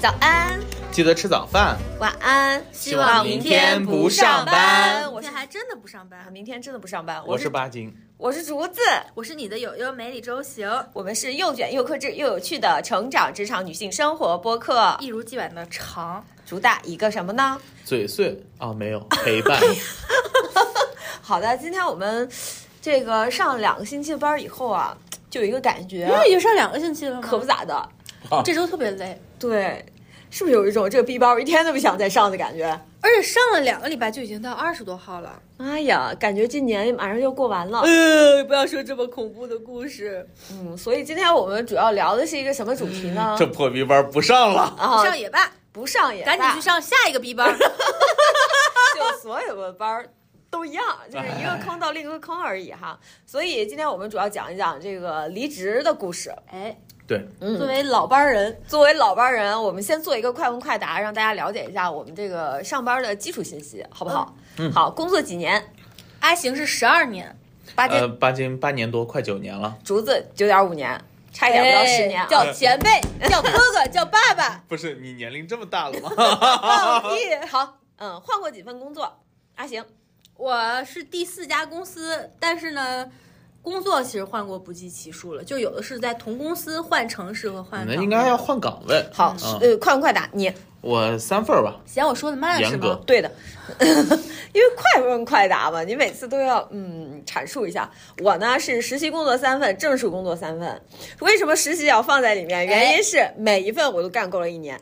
早安，记得吃早饭。晚安，希望明天不上班我我是现在还真的不上班。明天真的不上班，我是是巴金，我是竹子，我是你的友友梅里周行，我们是又卷又克制又有趣的成长职场女性生活播客。一如既往的长。主打一个什么呢？嘴碎啊、没有陪伴，好的，今天我们这个上两个星期班以后啊，就有一个感觉，已经上两个星期了吗？可不咋的。这周特别累，对，是不是有一种这个 B 包一天都不想再上的感觉？而且上了两个礼拜就已经到二十多号了。妈呀，感觉今年马上就过完了。呃，不要说这么恐怖的故事。嗯，所以今天我们主要聊的是一个什么主题呢？这破逼班不上了。啊，上也罢，不上也罢赶紧去，上下一个 B 班。就所有的班儿都一样，就是一个坑到另一个坑而已哈。所以今天我们主要讲一讲这个离职的故事。 哎，对，嗯作为老班人，作为老班人，我们先做一个快问快答，让大家了解一下我们这个上班的基础信息，好不好？嗯好，工作几年？阿行是十二年，八斤，呃，巴金八年多，快九年了。竹子九点五年，差一点不到十年啊。哎叫前辈，叫哥哥，叫爸爸。不是你年龄这么大了 吗？放屁！好，嗯，换过几份工作？阿行，我是第四家公司，但是呢，工作其实换过不计其数了，就有的是在同公司换城市和换你岗位。们应该要换岗位。好，嗯呃，快问快答，你我三份儿吧，嫌我说的慢是严吗格？对的， 因为快问快答嘛，你每次都要嗯阐述一下。我呢是实习工作三份，正式工作三份。为什么实习要放在里面？原因是每一份我都干够了一年，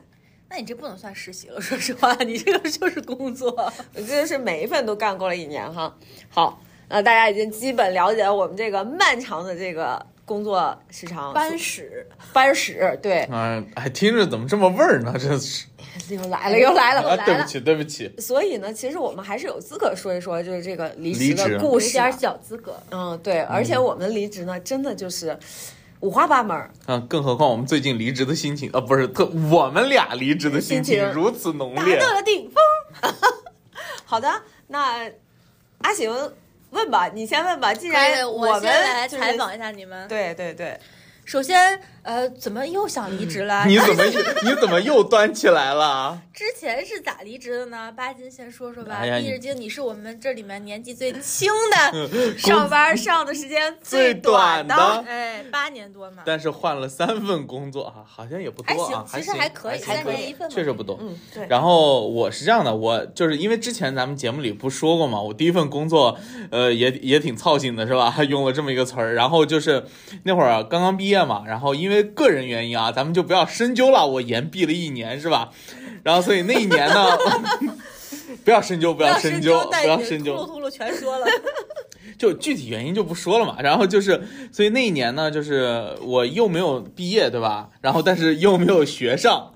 那你这不能算实习了，说实话，你这个就是 工作。我真的是每一份都干够了一年哈。好，那大家已经基本了解我们这个漫长的这个工作时长班史，班史，对，啊、还听着怎么这么味儿呢？真是，哎又来了又来了。我啊，来对了不起，对不起，所以呢，其实我们还是有资格说一说，就是这个离职离的职故事啊。小资格。嗯，对，而且我们离职呢，真的就是五花八门儿。啊，更何况我们最近离职的心情啊，不是特，我们俩离职的心心情情如此浓达烈。啊到了顶峰。 好的，那阿行问吧，你先问吧。既来，然我们先来就是采，访一下你们。对对对，首先，呃，怎么又想离职了？嗯你怎么你怎么又 端起来了？之前是咋离职的呢？巴金先说说吧。哎呀毕你嗯日经，你是我们这里面年纪最轻的，上班班上的时间最短短的哎八年多嘛。但是换了三份工作啊，好像也不还多行啊，，其实行还可以，还三可年以一份嘛，确实不多。嗯，对。然后我是这样的，我就是因为之前咱们节目里不说过嘛，我第一份工作，呃，也也挺操心的，是吧？用了这么一个词儿。然后就是那会儿啊刚刚毕业嘛，然后因为个人原因啊，咱们就不要深究了。我延毕了一年，是吧？然后所以那一年呢， 不要深究，不不要要深深究，但不要你深秃噜究，秃噜全说了。就具体原因就不说了嘛。然后就是，所以那一年呢，就是我又没有毕业，对吧？然后但是又没有学上，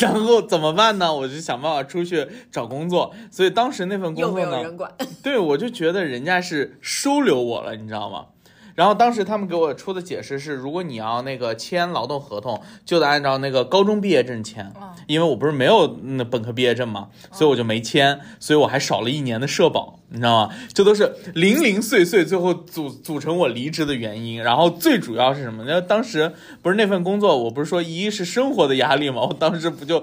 然后怎么办呢？我就想办法出去找工作。所以当时那份又工没作有呢人， 管，对我就觉得人家是收留我了，你知道吗？然后当时他们给我出的解释是，如果你要那个签劳动合同，就得按照那个高中毕业证签。嗯因为我不是没有那本科毕业证嘛，所以我就没签，所以我还少了一年的社保，你知道吗？这都是零零碎碎，最后组组成我离职的原因。然后最主要是什么？那当时不是那份工作，我不是说一是生活的压力嘛，我 当时不就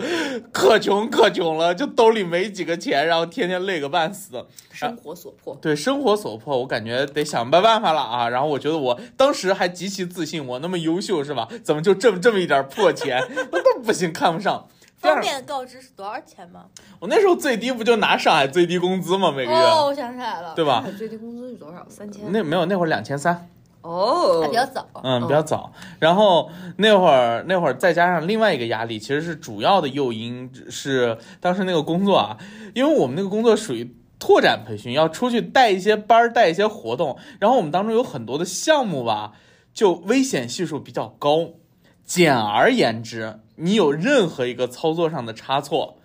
可穷可穷了，就兜里没几个钱，然后天天累个半死。生活所迫。对生活所迫，我感觉得想办办法了啊。然后我觉得我当时还极其自信，我那么优秀是吧？怎么就挣这么一点破钱？ 那都不行，看不上。第方二，便告知是多少钱吗？我那时候最低不就拿上海最低工资吗？每个月，啊哦，我想起来了，对吧？最低工资是多少？三千那没有，那会儿两千三，哦还比较早。嗯，嗯比较早。然后那会儿，那会儿再加上另外一个压力，其实是主要的诱因是当时那个工作啊，因为我们那个工作属于拓展培训，要出去带一些班儿，带一些活动。然后我们当中有很多的项目吧，就危险系数比较高。简而言之，你有任何一个操作上的差错，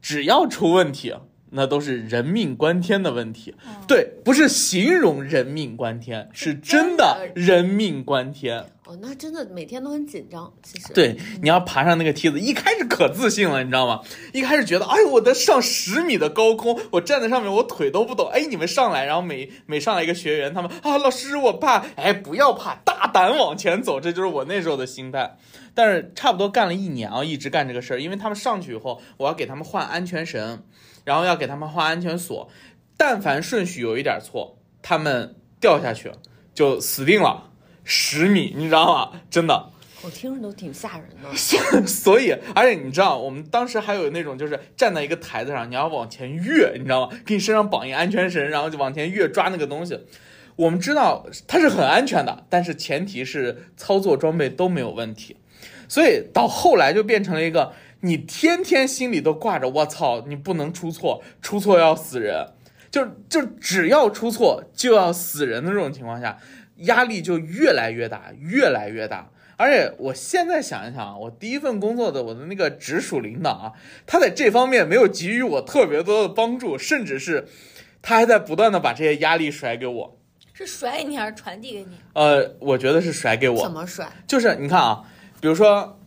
只要出问题，那都是人命关天的问题。对，不是形容人命关天，是真的人命关天。哦，那真的每天都很紧张，其实。对，你要爬上那个梯子，一开始可自信了，你知道吗？一开始觉得，哎呦，我得上十米的高空，我站在上面，我腿都不抖。哎，你们上来，然后每每上来一个学员，他们啊，老师，我怕，哎，不要怕，大胆往前走，这就是我那时候的心态。但是差不多干了一年啊，一直干这个事儿，因为他们上去以后，我要给他们换安全绳，然后要给他们换安全锁，但凡顺序有一点错，他们掉下去就死定了。十米，你知道吗？真的，我听着都挺吓人的。 所以，而且你知道，我们当时还有那种就是站在一个台子上，你要往前跃，你知道吗？给你身上绑一安全绳，然后就往前跃抓那个东西。我们知道它是很安全的，但是前提是操作装备都没有问题。所以到后来就变成了一个，你天天心里都挂着我操，你不能出错，出错要死人，就就只要出错就要死人的这种情况下，压力就越来越大，越来越大。而且我现在想一想啊，我第一份工作的我的那个直属领导啊，他在这方面没有给予我特别多的帮助，甚至是他还在不断的把这些压力甩给我。是甩给你还是传递给你？呃，我觉得是甩给我怎，么甩？就是你看啊，比如说，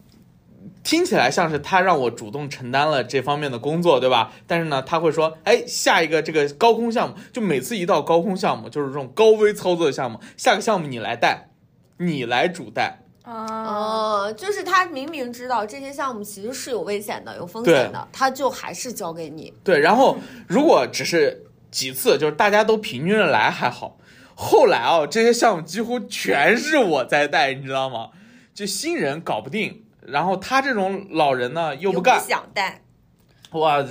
听起来像是他让我主动承担了这方面的工作，对吧？但是呢，他会说，哎，下一个这个高空项目，就每次一到高空项目，就是这种高危操作的项目，下个项目你来带，你来主带，哦，哦，就是他明明知道这些项目其实是有危险的、有风险的，他就还是交给你。对。然后如果只是几次，就是大家都平均着来还好。后来啊，这些项目几乎全是我在带，你知道吗？就新人搞不定，然后他这种老人呢又又不干，想带，哇！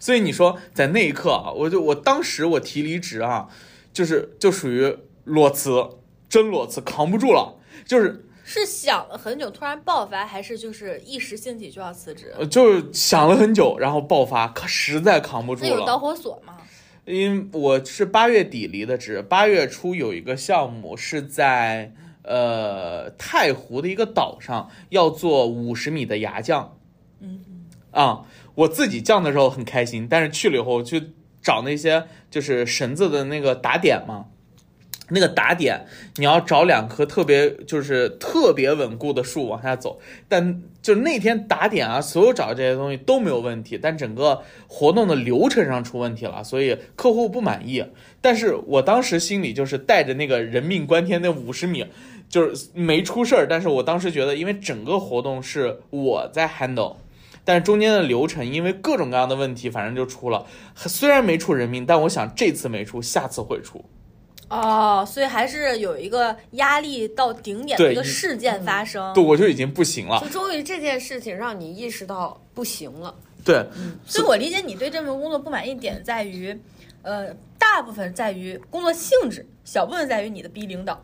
所以你说在那一刻啊，我就我当时我提离职啊，就是就属于裸辞，真裸辞，扛不住了，就是是想了很久突然爆发，还是就是一时兴起就要辞职？呃就是想了很久，然后爆发，可实在扛不住那有了。导火索吗？因为我是八月底离的职，八月初有一个项目是在呃太湖的一个岛上，要做五十米的崖降。嗯，啊、我自己降的时候很开心，但是去了以后去找那些就是绳子的那个打点嘛，那个打点你要找两棵特别就是特别稳固的树往下走，但就是那天打点啊，所有找的这些东西都没有问题，但整个活动的流程上出问题了，所以客户不满意。但是我当时心里就是带着那个人命关天那五十米。就是没出事儿，但是我当时觉得，因为整个活动是我在 handle，但是中间的流程因为各种各样的问题，反正就出了。虽然没出人命，但我想这次没出，下次会出。哦，所以还是有一个压力到顶点的对一个事嗯件发生。对，我就已经不行了。就终于这件事情让你意识到不行了。对，所以我理解你对这份工作不满意点在于，呃，大部分在于工作性质，小部分在于你的逼领导。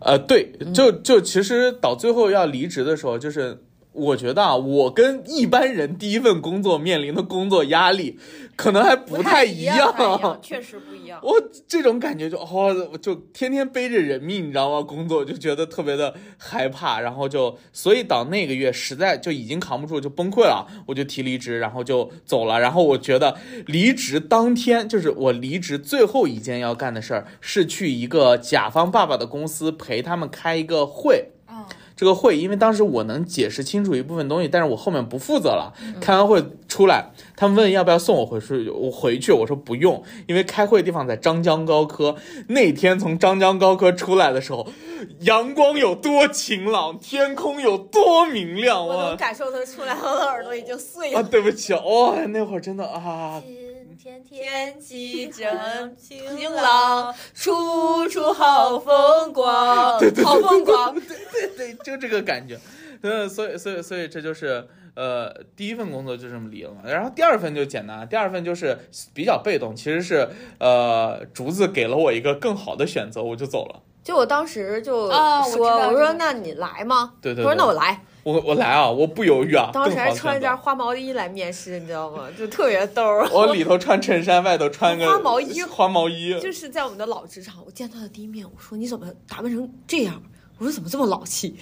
呃，对，就就其实到最后要离职的时候，就是我觉得啊，我跟一般人第一份工作面临的工作压力，可能还不太一样。确实不一样。我这种感觉就哦，我就天天背着人命，你知道吗？工作就觉得特别的害怕，然后就所以到那个月实在就已经扛不住，就崩溃了，我就提离职，然后就走了。然后我觉得离职当天就是我离职最后一件要干的事儿，是去一个甲方爸爸的公司陪他们开一个会。嗯，这个会，因为当时我能解释清楚一部分东西，但是我后面不负责了。开完会出来，他们问要不要送我回去，我回去，我说不用，因为开会的地方在张江高科。那天从张江高科出来的时候，阳光有多晴朗，天空有多明亮，我能哇！感受得出来，我的耳朵已经碎哦啊，了。对不起，哇、那会儿真的啊，今天天天哦气真晴朗，处处好风光，好风光。对对，就这个感觉。呃，所以所以所以这就是呃第一份工作就这么离了嘛。然后第二份就简单，第二份就是比较被动，其实是呃竹子给了我一个更好的选择，我就走了。就我当时就哦我知说，道我这说个那你来吗？对对他说对那我来。我我来啊，我不犹豫啊，当时更好还的穿了选件择。花毛衣来面试，你知道吗？就特别逗儿。我里头穿衬衫，外头穿个花毛衣花毛衣。就是在我们的老职场，我见他的第一面，我说你怎么打扮成这样？我说怎么这么老气？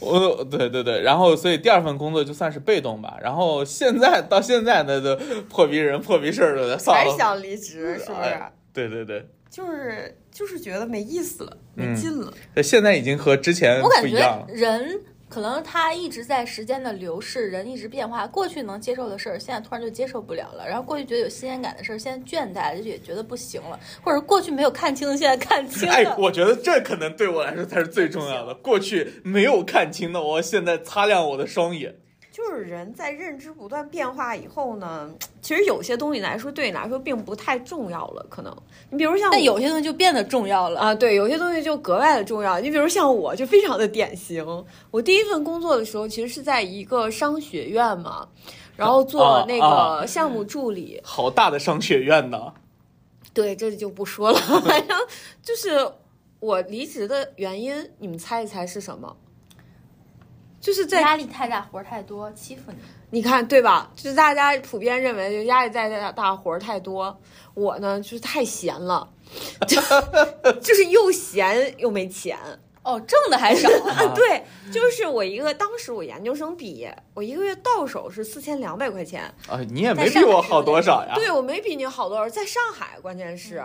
我对对对，然后所以第二份工作就算是被动吧。然后现在到现在那都破逼人破逼事儿的，算还了。是想离职，是不是？哎对对对，就是就是觉得没意思了，嗯没劲了。那现在已经和之前嗯我不感一样觉了。人可能他一直在时间的流逝，人一直变化。过去能接受的事儿，现在突然就接受不了了。然后过去觉得有新鲜感的事儿，现在倦怠了，就也觉得不行了。或者过去没有看清的，现在看清了。哎，我觉得这可能对我来说才是最重要的。过去没有看清的，我现在擦亮我的双眼。就是人在认知不断变化以后呢，其实有些东西来说对你来说并不太重要了，可能你比如像但我有些东西就变得重要了。啊，对，有些东西就格外的重要。你比如像我，就非常的典型。我第一份工作的时候，其实是在一个商学院嘛，然后做啊那啊个项目助理。好大的商学院呢！对，这里就不说 了。反正就是我离职的原因，你们猜一猜是什么？就是在压力太大，活儿太多，欺负你。你看对吧？就是大家普遍认为，就压力再大，大活儿太多。我呢，就是太闲了，就就是又闲又没钱。哦，挣的还少。啊 对，就是我一个当时我研究生毕业，我一个月到手是四千两百块钱，啊，你也在没比上海我是好不多是少呀。对我没比你好多少，在上海关键是，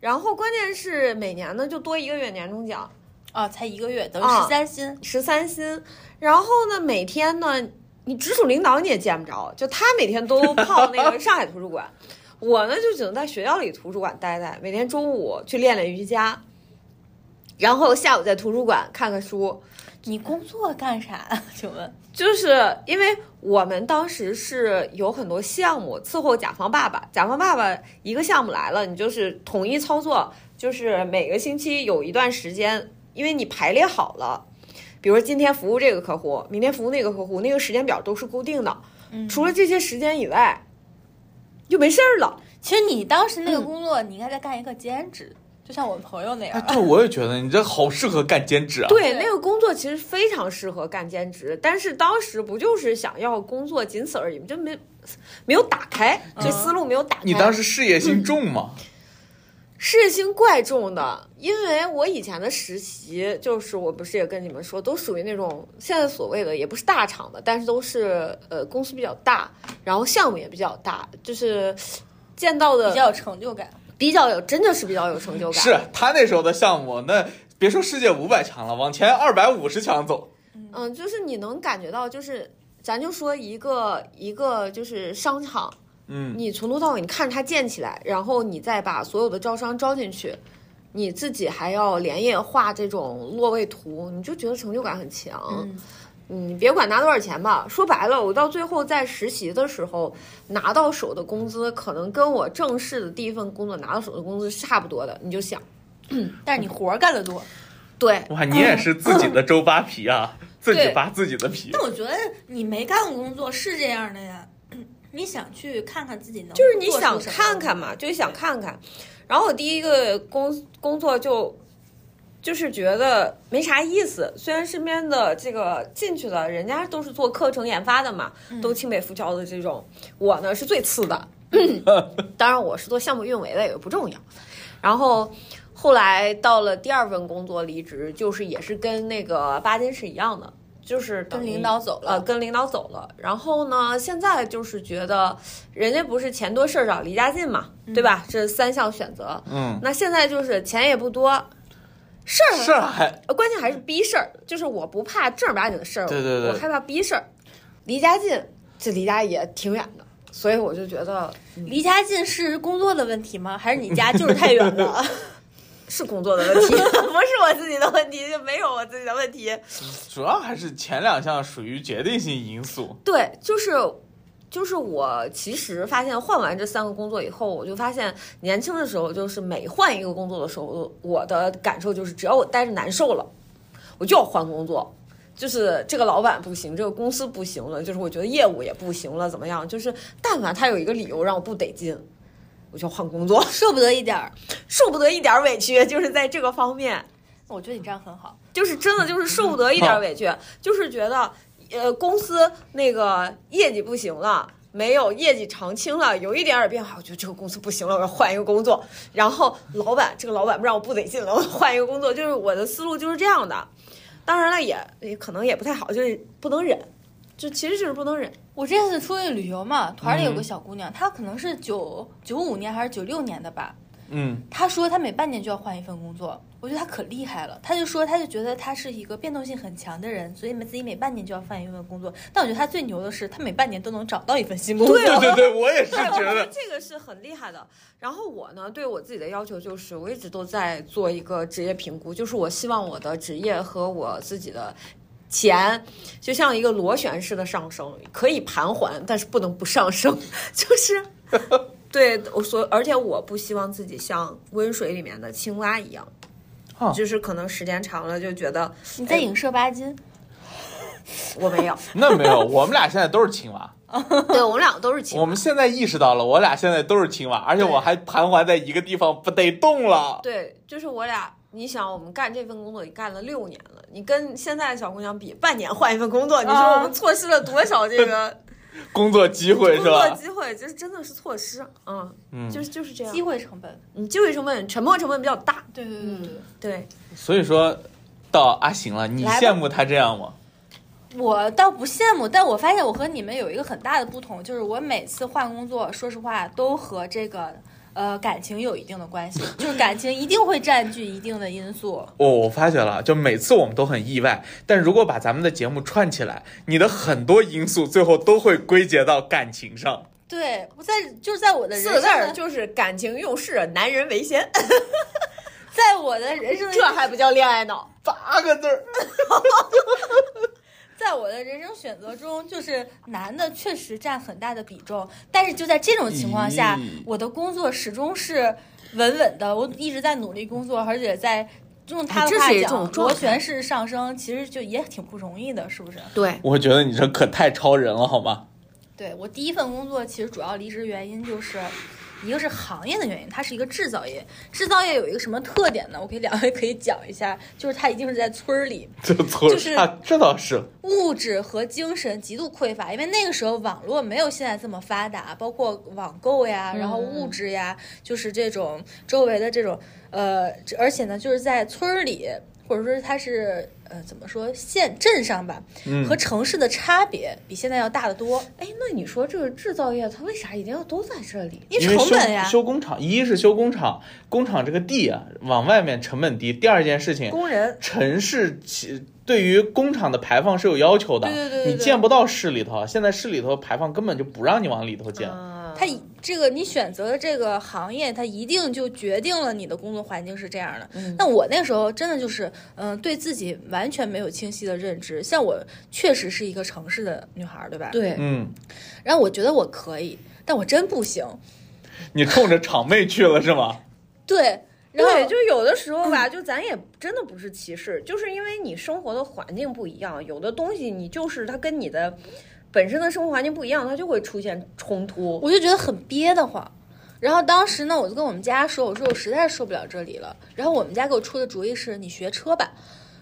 然后关键是每年呢就多一个月年终奖，哦，才一个月，等于啊十三薪。十三薪，然后呢每天呢你直属领导你也见不着，就他每天都泡那个上海图书馆，我呢就只能在学校里图书馆待待，每天中午去练练瑜伽，然后下午在图书馆看看书，你工作干啥？ 请问？就是因为我们当时是有很多项目伺候甲方爸爸，甲方爸爸一个项目来了，你就是统一操作，就是每个星期有一段时间，因为你排列好了，比如说今天服务这个客户，明天服务那个客户，那个时间表都是固定的，除了这些时间以外，就没事儿了。其实你当时那个工作，你应该在干一个兼职，就像我们朋友那哎，样。对，我也觉得你这好适合干兼职啊。对，对那个工作其实非常适合干兼职，但是当时不就是想要工作，仅此而已，就没没有打开这思路，没有打开。你当时事业嗯心重吗？事业心怪重的，因为我以前的实习，就是我不是也跟你们说，都属于那种现在所谓的也不是大厂吧，但是都是呃公司比较大，然后项目也比较大，就是见到的比较有成就感，比较有，真的是比较有成就感。是他那时候的项目，那别说世界五百强了，往前二百五十强走。嗯，就是你能感觉到，就是咱就说一个一个就是商场，嗯，你从头到尾你看着它建起来，然后你再把所有的招商招进去，你自己还要连夜画这种落位图，你就觉得成就感很强。嗯，你别管拿多少钱吧，说白了，我到最后在实习的时候拿到手的工资，可能跟我正式的第一份工作拿到手的工资是差不多的。你就想，但是你活儿干得多。对，哇，你也是自己的周扒皮啊，自己扒自己的皮。但我觉得你没干过工作是这样的呀，你想去看看自己能，就是你想看看嘛，就是想看看。然后我第一个工工作就就是觉得没啥意思，虽然身边的这个进去的人家都是做课程研发的嘛，都清北复交的这种，我呢是最次的。当然我是做项目运维的，也不重要。然后后来到了第二份工作离职，就是也是跟那个巴金是一样的，就是等跟于领导走呃，了，跟领导走了。然后呢，现在就是觉得人家不是钱多事儿少，离家近嘛，对吧？嗯这三项选择。嗯，那现在就是钱也不多，事儿事儿啊还呃关键还是逼事儿，就是我不怕正儿八经的事儿，对对对我害怕逼事儿。离家近，这离家也挺远的，所以我就觉得离家近是工作的问题吗？还是你家 就是太远了？ 是工作的问 题，不是我自己的问题，就没有我自己的问题。主要还是前两项属于决定性因素。对，就是就是我其实发现换完这三个工作以后，我就发现年轻的时候，就是每换一个工作的时候，我的感受就是，只要我待着难受了，我就要换工作。就是这个老板不行，这个公司不行了，就是我觉得业务也不行了，怎么样？就是但凡他有一个理由让我不得劲，我就换工 作，受不得一点儿，受不得一点儿委屈，就是在这个方面。我觉得你这样很好。就是真的就是受不得一点委屈，就是觉得呃公司那个业绩不行了。没有业绩长青了，有一点点变化，我觉得这个公司不行了，我要换一个工作。然后老板，这个老板不让我不得劲了，我换一个工作，就是我的思路就是这样的。当然了也，也可能也不太好，就是不能忍，就其实就是不能忍。我这次出去旅游嘛，团里有个小姑娘，她可能是九九五年还是九六年的吧，嗯，她说她每半年就要换一份工作，我觉得她可厉害了。她就说，她就觉得她是一个变动性很强的人，所以自己每半年就要换一份工作。但我觉得她最牛的是，她每半年都能找到一份新工作。啊对对对，我也 是对，我觉觉得得，这个是很厉害的。然后我呢，对我自己的要求就是，我一直都在做一个职业评估，就是我希望我的职业和我自己的钱，就像一个螺旋式的上升，可以盘桓，但是不能不上升， 就是。对，我所而且我不希望自己像温水里面的青蛙一样，哦就是可能时间长了就觉得你在影射巴金，我没有，那没有，我们俩现在都是青蛙。 对我们两个都是青蛙我。们现在意识到了，我俩现在都是青蛙，而且我还盘桓在一个地方，不得动了。对，就是我俩，你想，我们干这份工作已经干了六年了，你跟现在的小姑娘比，半年换一份工作，你说啊我们错失了多少这 个工作机会工是作吧？机会？这真的是错失，嗯，嗯就是就是这样机。会成本。你机会成本、沉没成本比较大，对对对对对，所以说到阿行了，你来吧羡慕他这样吗？对，我倒不羡慕，但我发现我和你们有一个很大的不同，就是我每次换工作，说实话都和这个。呃，感情有一定的关系，就是感情一定会占据一定的因素。我、我发觉了，就每次我们都很意外，但如果把咱们的节目串起来，你的很多因素最后都会归结到感情上。对，我在就是在我的人四生个字儿的，就是感情用事，男人为先，在我的人生的这还不叫恋爱脑？八个字儿，在我的人生选择中，就是男的确实占很大的比重，但是就在这种情况下咦，我的工作始终是稳稳的，我一直在努力工作，而且在用他哎这的是话一种讲，状螺态旋式上升，其实就也挺不容易的，是不是？对，我觉得你这可太超人了，好 吗？对我第一份工作，其实主要离职原因就是。一个是行业的原因，它是一个制造业。制造业有一个什么特点呢？我给两位可以讲一下，就是它一定是在村儿里，这错、就是啊，这倒是，物质和精神极度匮乏，因为那个时候网络没有现在这么发达，包括网购呀，嗯然后物质呀，就是这种周围的这种呃，这而且呢，就是在村儿里，或者说它是呃怎么说县镇上吧，嗯和城市的差别比现在要大得多，哎，那你说这个制造业它为啥一定要都在这里？因因为为成修本呀。修工厂，一是修工厂，工厂这个地啊，往外面成本低；第二件事情，工人城市其对于工厂的排放是有要求的，对对对对你对建不到市里头，现在市里头排放根本就不让你往里头建。啊，它一这个你选择的这个行业，它一定就决定了你的工作环境是这样的。嗯那我那时候真的就是，嗯、对自己完全没有清晰的认知。像我确实是一个城市的女孩儿，对吧？。对，嗯，然后我觉得我可以，但我真不行。你冲着厂妹去了是吗？对。然后对，就有的时候吧，嗯就咱也真的不是歧视，就是因为你生活的环境不一样，有的东西你就是它跟你的本身的生活环境不一样，它就会出现冲突。我就觉得很憋得慌。然后当时呢，我就跟我们家说，我说我实在是受不了这里了。然后我们家给我出的主意是，你学车吧。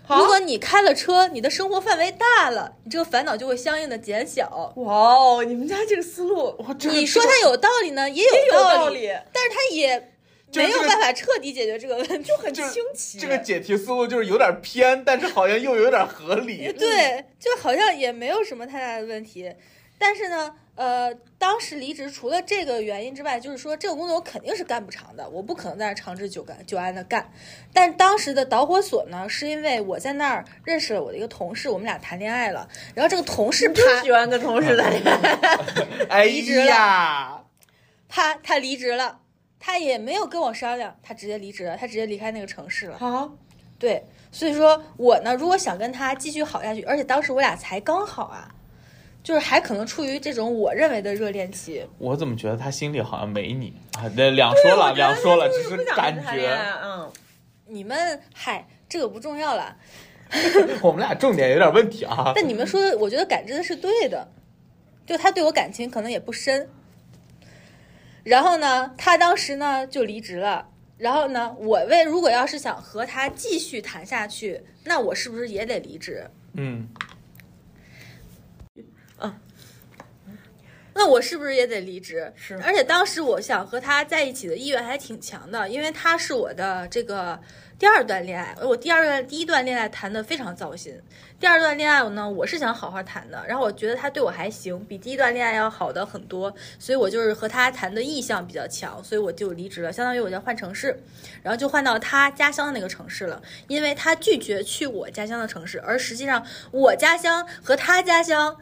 如果你开了车，你的生活范围大了，你这个烦恼就会相应的减小。哇哦，你们家这个思路哇，这个你说这个它有道理呢，也有有道理，理，但是它也就是没这有个办法彻底解决这个问题。 很 就是清奇。这个解题思路就是有点偏，但是好像又有点合 理。对，就好像也没有什么太大的问题。但是呢，呃，当时离职除了这个原因之外，就是说这个工作我肯定是干不长的，我不可能在那儿长治久干久安的干。但当时的导火索呢，是因为我在那儿认识了我的一个同事，我们俩谈恋爱了。然后这个同事就啪喜欢跟同事谈恋爱，哎离职了呀，啪，他离职了，他也没有跟我商量，他直接离职了，他直接离开那个城市了。好，对，所以说我呢，如果想跟他继续好下去，而且当时我俩才刚好啊，就是还可能处于这种我认为的热恋期。我怎么觉得他心里好像没你啊？那两说了，两说了，只就是不想感跟他谈恋爱觉。嗯，你们嗨，这个不重要了。 我们俩重点有点问题啊。但你们说的，我觉得感知的是对的，就他对我感情可能也不深。然后呢，他当时呢就离职了。然后呢，我为如果要是想和他继续谈下去，那我是不是也得离职？嗯，那我是不是也得离职？是而且当时我想和他在一起的意愿还挺强的，因为他是我的这个第二段恋爱，我第二段第一段恋爱谈的非常糟心，第二段恋爱呢，我是想好好谈的，然后我觉得他对我还行，比第一段恋爱要好的很多，所以我就是和他谈的意向比较强，所以我就离职了，相当于我要换城市，然后就换到他家乡的那个城市了，因为他拒绝去我家乡的城市，而实际上我家乡和他家乡。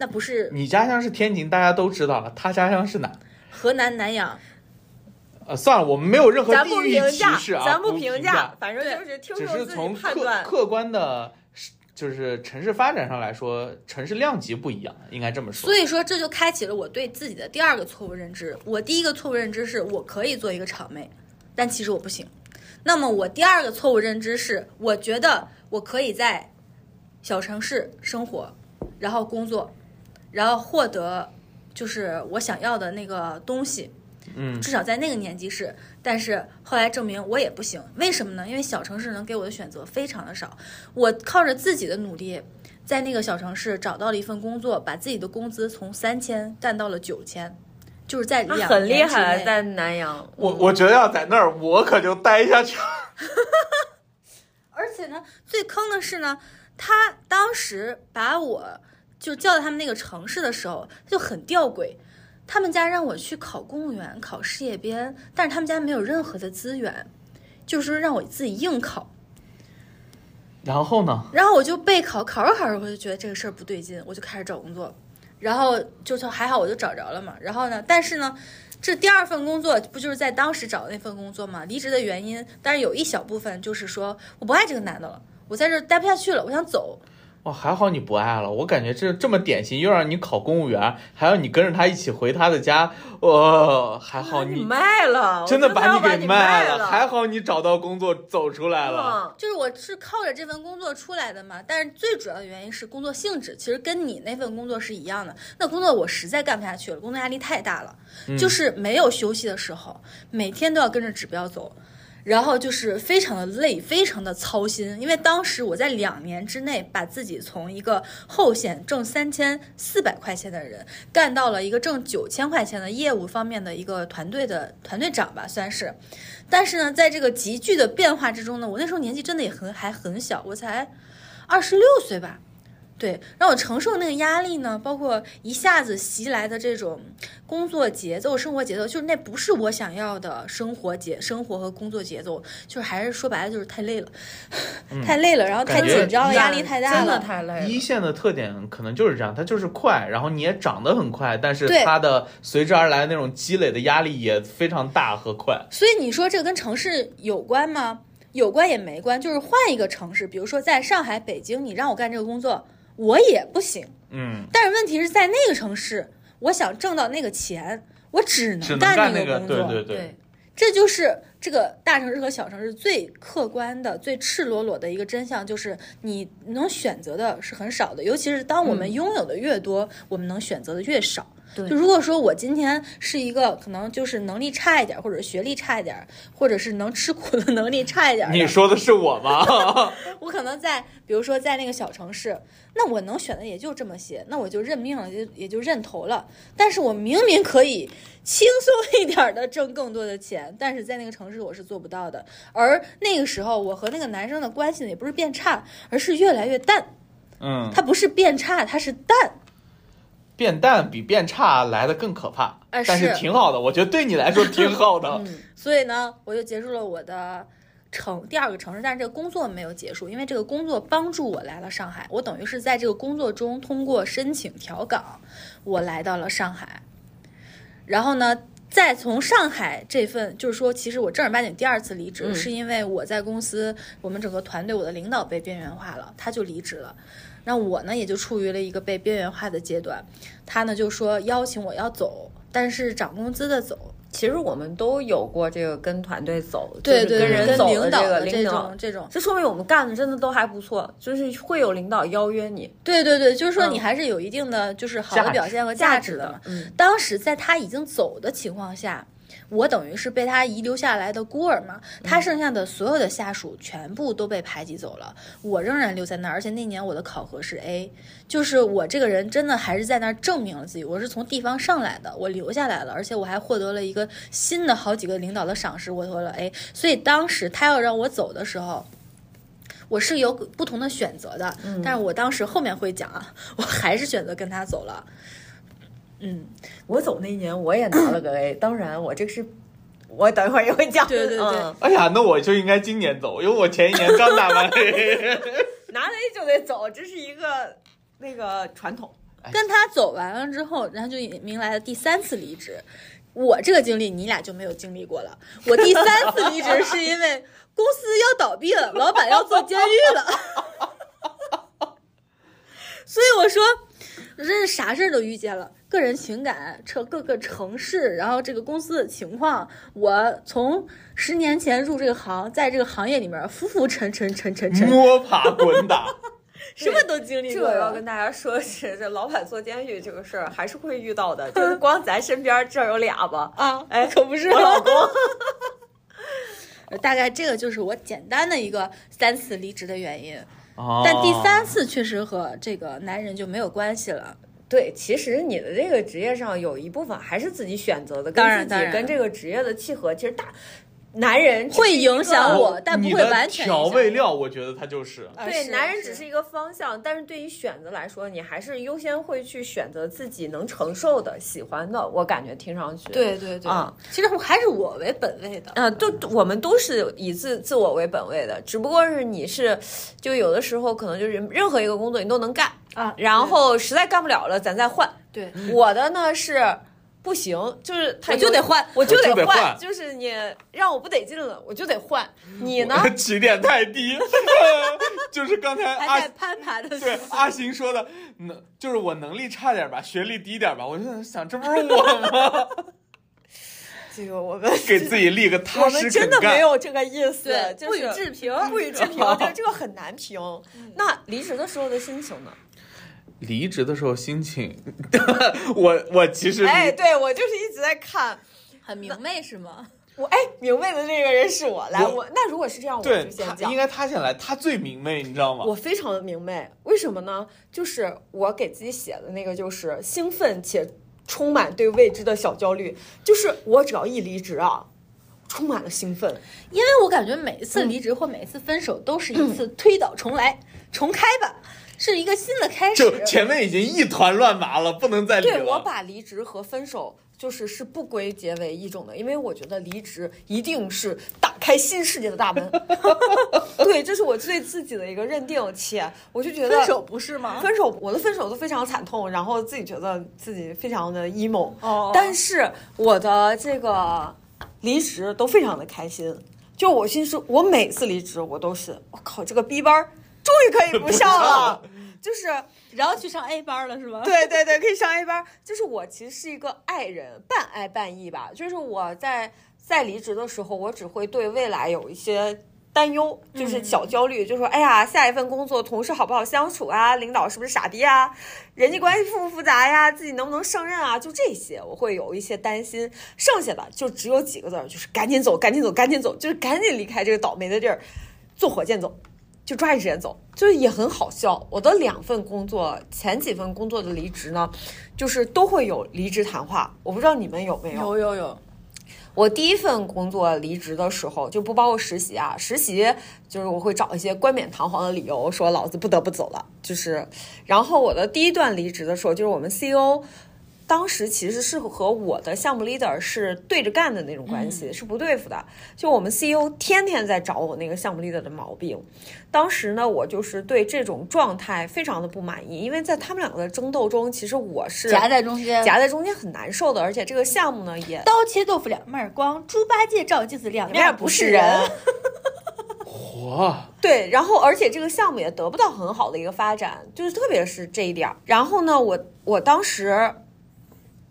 那不是你家乡是天津，大家都知道了。他家乡是哪？河南南阳，呃，算了，我们没有任何咱地不域评歧价视，啊，咱不评价，，反正就是听只众是自己从判客断。啊客观的，就是城市发展上来说，城市量级不一样，应该这么说所。以说这就开启了我对自己的第二个错误认知。我第一个错误认知是我可以做一个场妹，但其实我不行。那么我第二个错误认知是，我觉得我可以在小城市生活，然后工作，然后获得就是我想要的那个东西。嗯，至少在那个年纪是，但是后来证明我也不行，为什么呢？因为小城市能给我的选择非常的少，我靠着自己的努力，在那个小城市找到了一份工作，把自己的工资从三千干到了九千，就是在他两年啊很厉之害，内在南阳，嗯我我觉得要在那儿，我可就待下去了。而且呢，最坑的是呢，他当时把我就叫到他们那个城市的时候就很吊诡。他们家让我去考公务员、考事业编，但是他们家没有任何的资源，就是让我自己硬考。 然后呢？然后我就备考，考着考着我就觉得这个事儿不对劲，我就开始找工作，然后就是还好我就找着了嘛。然后呢，但是呢，这第二份工作不就是在当时找的那份工作嘛？离职的原因，但是有一小部分就是说我不爱这个男的了，我在这儿待不下去了，我想走。哇，还好你不爱了，我感觉这这么典型，又让你考公务员，还要你跟着他一起回他的家，我、还好啊你你卖了，真的我觉得他要你把给你卖了，还好你找到工作走出来了。嗯就是我是靠着这份工作出来的嘛，但是最主要的原因是工作性质，其实跟你那份工作是一样的。那工作我实在干不下去了，工作压力太大了，嗯嗯就是没有休息的时候，每天都要跟着指标走，然后就是非常的累，非常的操心。因为当时我在两年之内把自己从一个后线挣三千四百块钱的人，干到了一个挣九千块钱的业务方面的一个团队的团队长吧，算是。但是呢，在这个急剧的变化之中呢，我那时候年纪真的也很还很小，我才二十六岁吧。对，让我承受那个压力呢，包括一下子袭来的这种工作节奏、生活节奏，就是那不是我想要的生活节、生活和工作节奏，就是还是说白了就是太累了，太累了，然后太嗯感觉紧张了，压力太大真的了。太累了。一线的特点可能就是这样，它就是快，然后你也长得很快，但是对它的随之而来那种积累的压力也非常大和快。所以你说这个跟城市有关吗？有关也没关，就是换一个城市，比如说在上海、北京，你让我干这个工作，我也不行。嗯，但是问题是在那个城市，我想挣到那个钱，我只只能能干那那个，工作。对对对对，这就是这个大城市和小城市最客观的、最赤裸裸的一个真相，就是你能选择的是很少的，尤其是当我们拥有的越多，我们能选择的越少。对就如果说我今天是一个可能就是能力差一点，或者学历差一点，或者是能吃苦的能力差一点的，你说的是我吗？ 我可能在，比如说在那个小城市，那我能选的也就这么些，那我就认命了，就也就认头了。但是我明明可以轻松一点儿的挣更多的钱，但是在那个城市我是做不到的。而那个时候，我和那个男生的关系呢，也不是变差，而是越来越淡。嗯，他不是变差，他是淡。变淡比变差来的更可怕，哎但是是嗯挺好的，我觉得对你来说挺好的。所以呢，我就结束了我的城第二个城市，但是这个工作没有结束，因为这个工作帮助我来了上海。我等于是在这个工作中通过申请调岗，我来到了上海。然后呢，再从上海这份，就是说，其实我正儿八经第二次离职，嗯是因为我在公司，我们整个团队，我的领导被边缘化了，他就离职了。那我呢，也就处于了一个被边缘化的阶段。他呢就说邀请我要走，但是涨工资的走，其实我们都有过这个跟团队走，对就是对，跟对人走的领导这个的领导种。这种，这说明我们干的真的都还不错，就是会有领导邀约你对对对，就是说嗯你还是有一定的就是好价的值表现和价值的嘛的。。嗯，当时在他已经走的情况下，我等于是被他遗留下来的孤儿嘛，他剩下的所有的下属全部都被排挤走了，我仍然留在那儿，而且那年我的考核是 A，就是我这个人真的还是在那儿证明了自己，我是从地方上来的，我留下来了，而且我还获得了一个新的好几个领导的赏识，我获得了 A，所以当时他要让我走的时候。我是有不同的选择的，但是我当时后面会讲啊，我还是选择跟他走了。嗯，我走那一年我也拿了个 A，当然我这个是，我等一会儿也会讲。对对对嗯 哎呀，那我就应该今年走，因为我前一年刚打 完 A。拿了 A 就得走，这是一个那个传统。跟他走完了之后，然后就迎来了第三次离职。我这个经历你俩就没有经历过了。我第三次离职是因为公司要倒闭了，老板要坐监狱了， 所以我说，真是啥事儿都遇见了。个人情感，这各个城市，然后这个公司的情况，我从十年前入这个行，在这个行业里面浮浮沉沉沉沉沉，摸爬滚打，什么都经嗯历这过个了，要跟大家说的是，这老板坐监狱这个事儿还是会遇到的， 就是光咱身边这儿有俩吧啊，哎可不是我老公，大概这个就是我简单的一个三次离职的原因，但第三次确实和这个男人就没有关系了。对，其实你的这个职业上有一部分还是自己选择的，当然跟自当己然跟这个职业的契合，其实大男人只是会一个影响我哦但不你会的完全调影响味料，我觉得它就是。啊对，男人只呃是是一个方向，但是对于选择来说，你还是优先会去选择自己能承受的、喜欢的。我感觉听上去，对对啊，其实我还是我为本位 的。啊，都我们都是以自自我为本位的，只不过是你是，就有的时候可能就是任何一个工作你都能干啊然后实在干不了了，咱再换。对， 我的呢是。不行，就是他我就有得换我就我就得换，换就是你让我不得劲了，我就得换。你呢？ 起点太低， 就是刚才还阿在攀爬的啊时对候，阿星说的，能就是我能力差点吧，学历低点吧，我就在想，这不 是我吗？这个我们 给自己立个我踏们实真肯的没干。有这个意思，对，就是不予置评，不予置评， 嗯这这个很难评。那离职的时候的心情呢？离职的时候心情， 我我其实哎，离对我就是一直在看很明媚是吗？我，哎，明媚的那个人是我，来我我那如果是这样，我对就先他讲应。该他先来，他最明媚，你知道吗？我非常的明媚，为什么呢？就是我给自己写的那个，就是兴奋且充满对未知的小焦虑。就是我只要一离职啊，充满了兴奋。因为我感觉每一次离职或每一次分手都是一次推倒重来，重开吧，是一个新的开始。就前面已经一团乱麻了，不能再理对了。我把离职和分手就是是不归结为一种的，因为我觉得离职一定是打开新世界的大门。 对，这是我对自己的一个认定，且我就觉得分手不是吗？分手，我的分手都非常惨痛，然后自己觉得自己非常的 emo，、哦但是我的这个离职都非常的开心。就我心说，我每次离职，我都是我靠，这个 B 班儿终于可以不不上上了 了，就是然后去上 A 班了是吗？对对对，可以上 A 班儿。就是我其实是一个爱人，半爱半义吧。就是我在在离职的时候，我只会对未来有一些担忧，就是小焦虑，就说哎呀，下一份工作同事好不好相处啊，领导是不是傻逼啊，人际关系复不复杂呀，自己能不能胜任啊，就这些，我会有一些担心。剩下的就只有几个字儿，就是赶紧走，赶紧走，赶紧走，就是赶紧离开这个倒霉的地儿，坐火箭走。就抓紧时间走，就是也很好笑。我的两份工作，前几份工作的离职呢，就是都会有离职谈话。我不知道你们有没有？有有，我第一份工作离职的时候，就不包括实习啊，实习就是我会找一些冠冕堂皇的理由，说老子不得不走了。就是，然后我的第一段离职的时候，就是我们 CEO。当时其实是和我的项目 leader 是对着干的那种关嗯系，是不对付的。就我们 CEO 天天在找我那个项目 leader 的毛病。当时呢，我就是对这种状态非常的不满意，因为在他们两个的争斗中，其实我是夹在中间，夹在中间很难受的，而且这个项目呢也刀切豆腐两面儿光，猪八戒照镜子两面面儿不不是是人。 哇，对，然后而且这个项目也得不到很好的一个发展，就是特别是这一点儿。然后呢，我我当时，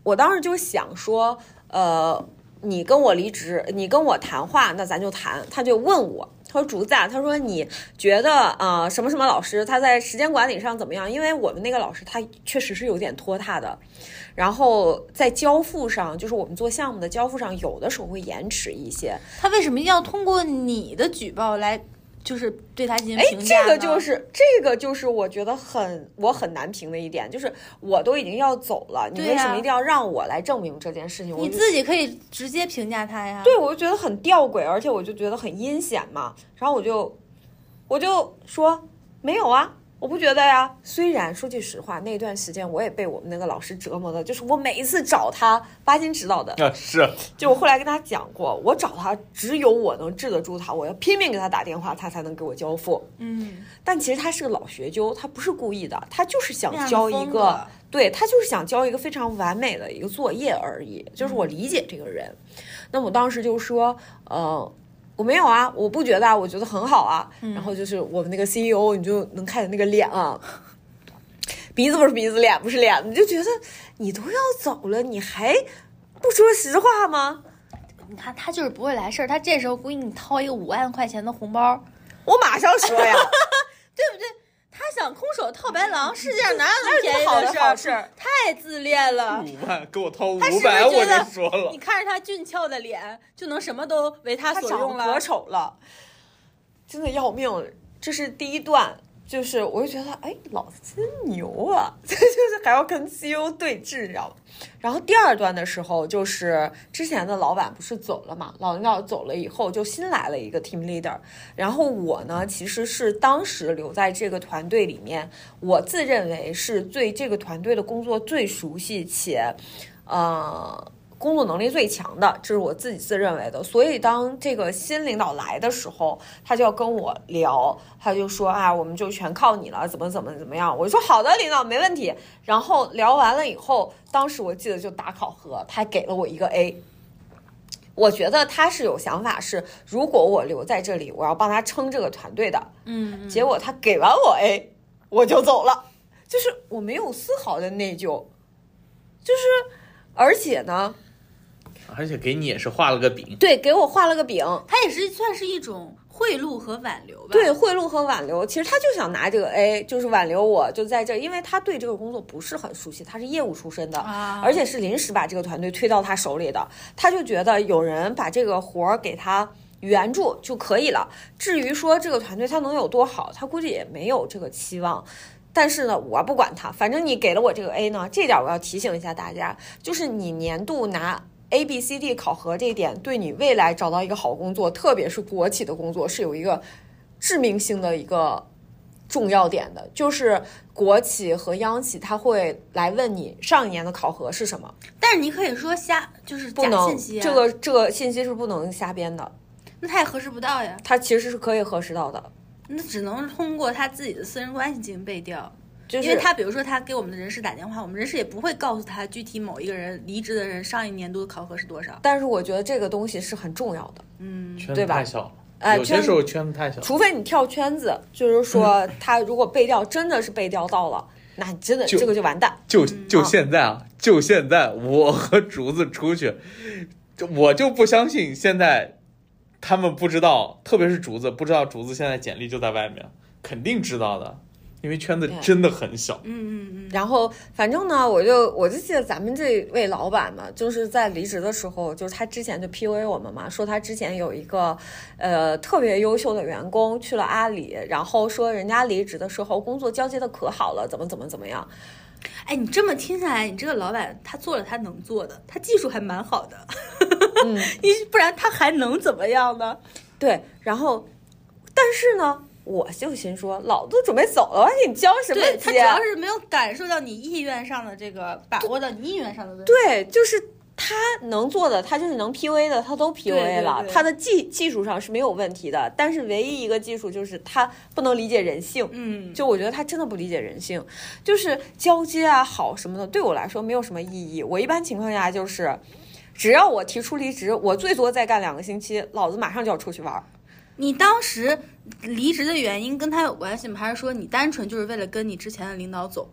我当时就想说，呃，你跟我离职，你跟我谈话，那咱就谈。他就问我，他说竹子啊，他说你觉得啊、呃什么什么老师他在时间管理上怎么样？因为我们那个老师他确实是有点拖沓的，然后在交付上，就是我们做项目的交付上，有的时候会延迟一些。他为什么一定要通过你的举报来，就是对他进行哎，评价这呢？个就是这个就是我觉得很我很难评的一点，就是我都已经要走了，你对为什呀么一定要让我来证明这件事情？我你就自己可以直接评价他呀。对，我就觉得很吊诡，而且我就觉得很阴险嘛。然后我就我就说没有啊，我不觉得呀。虽然说句实话，那段时间我也被我们那个老师折磨的，就是我每一次找他，巴金指导的，啊是，就我后来跟他讲过，我找他只有我能治得住他，我要拼命给他打电话，他才能给我交付。嗯，但其实他是个老学究，他不是故意的，他就是想那样的交一风个格，对他就是想交一个非常完美的一个作业而已。就是嗯我理解这个人，那我当时就说，呃，我没有啊，我不觉得啊，我觉得很好啊。嗯然后就是我们那个 CEO，你就能看见那个脸啊。鼻子不是鼻子，脸不是脸，你就觉得你都要走了，你还不说实话吗？你看嗯他就是不会来事儿，他这时候估计你掏一个五万块钱的红包，我马上说呀，他想空手套白狼，世界上哪有那么有便宜好事好儿？事儿？ 太自恋了。五万给我掏五他是不是百，我觉得就说了你，看着他俊俏的脸，就能什么都为他他所长用得可了。丑了，真的要命。这是第一段，就是我就觉得，哎，老子真牛啊！ 就是还要跟 CEO 对峙，你知道吗？然后第二段的时候，就是之前的老板不是走了嘛，老领导走了以后，就新来了一个 team leader。然后我呢，其实是当时留在这个团队里面，我自认为是对这个团队的工作最熟悉且，呃，工作能力最强的，这是我自己自认为的。所以当这个新领导来的时候，他就要跟我聊，他就说啊，我们就全靠你了，怎么怎么怎么样。我说好的，领导没问题。然后聊完了以后，当时我记得就打考核，他还给了我一个 A。我觉得他是有想法是，如果我留在这里，我要帮他撑这个团队的。嗯，结果他给完我 A，我就走了，就是我没有丝毫的内疚，就是而且呢，而且给你也是画了个饼，对，给我画了个饼，他也是算是一种贿赂和挽留吧。对，贿赂和挽留，其实他就想拿这个 A，就是挽留我，就在这儿，因为他对这个工作不是很熟悉，他是业务出身的，啊而且是临时把这个团队推到他手里的，他就觉得有人把这个活儿给他。援助就可以了。至于说这个团队他能有多好，他估计也没有这个期望。但是呢，我不管他，反正你给了我这个 A 呢，这点我要提醒一下大家，就是你年度拿 A、B、C、D 考核这一点，对你未来找到一个好工作，特别是国企的工作，是有一个致命性的一个重要点的，就是国企和央企他会来问你上一年的考核是什么，但是你可以说瞎，就是不假能信息、啊，这个这个信息是不能瞎编的，那他也核实不到呀，它其实是可以核实到的，那只能通过他自己的私人关系进行背调。就是因为他比如说他给我们的人事打电话，我们人事也不会告诉他具体某一个人离职的人上一年度的考核是多少。但是我觉得这个东西是很重要的。嗯，圈对子吧太小了，哎有圈些时候嗯圈子太小了，除非你跳圈子，就是说他如果背调真的是被调到了，那你真的就这个就完蛋。就就现在啊，就现在，我和竹子出去，就我就不相信现在他们不知道，特别是竹子不知道竹子现在简历就在外面，肯定知道的，因为圈子对真的很小。嗯嗯然后反正呢，我就我就记得咱们这位老板嘛，就是在离职的时候，就是他之前就 PUA 我们嘛，说他之前有一个呃特别优秀的员工去了阿里，然后说人家离职的时候工作交接的可好了，怎么怎么怎么样。嗯，哎，你这么听下来，你这个老板他做了他能做的，他技术还蛮好的，嗯， 你不然他还能怎么样呢？对，然后但是呢，我就心说，老子都准备走了，我还给你交什么对接？他主要是没有感受到你意愿上的这个把握到你意愿上的问题。对，就是他能做的，他就是能 PUA 的，他都 PUA 了。对他的技技术上是没有问题的，但是唯一一个技术就是他不能理解人性。嗯，就我觉得他真的不理解人性，就是交接啊好什么的，对我来说没有什么意义。我一般情况下就是，只要我提出离职，我最多再干两个星期，老子马上就要出去玩儿。你当时离职的原因跟他有关系吗？还是说你单纯就是为了跟你之前的领导走？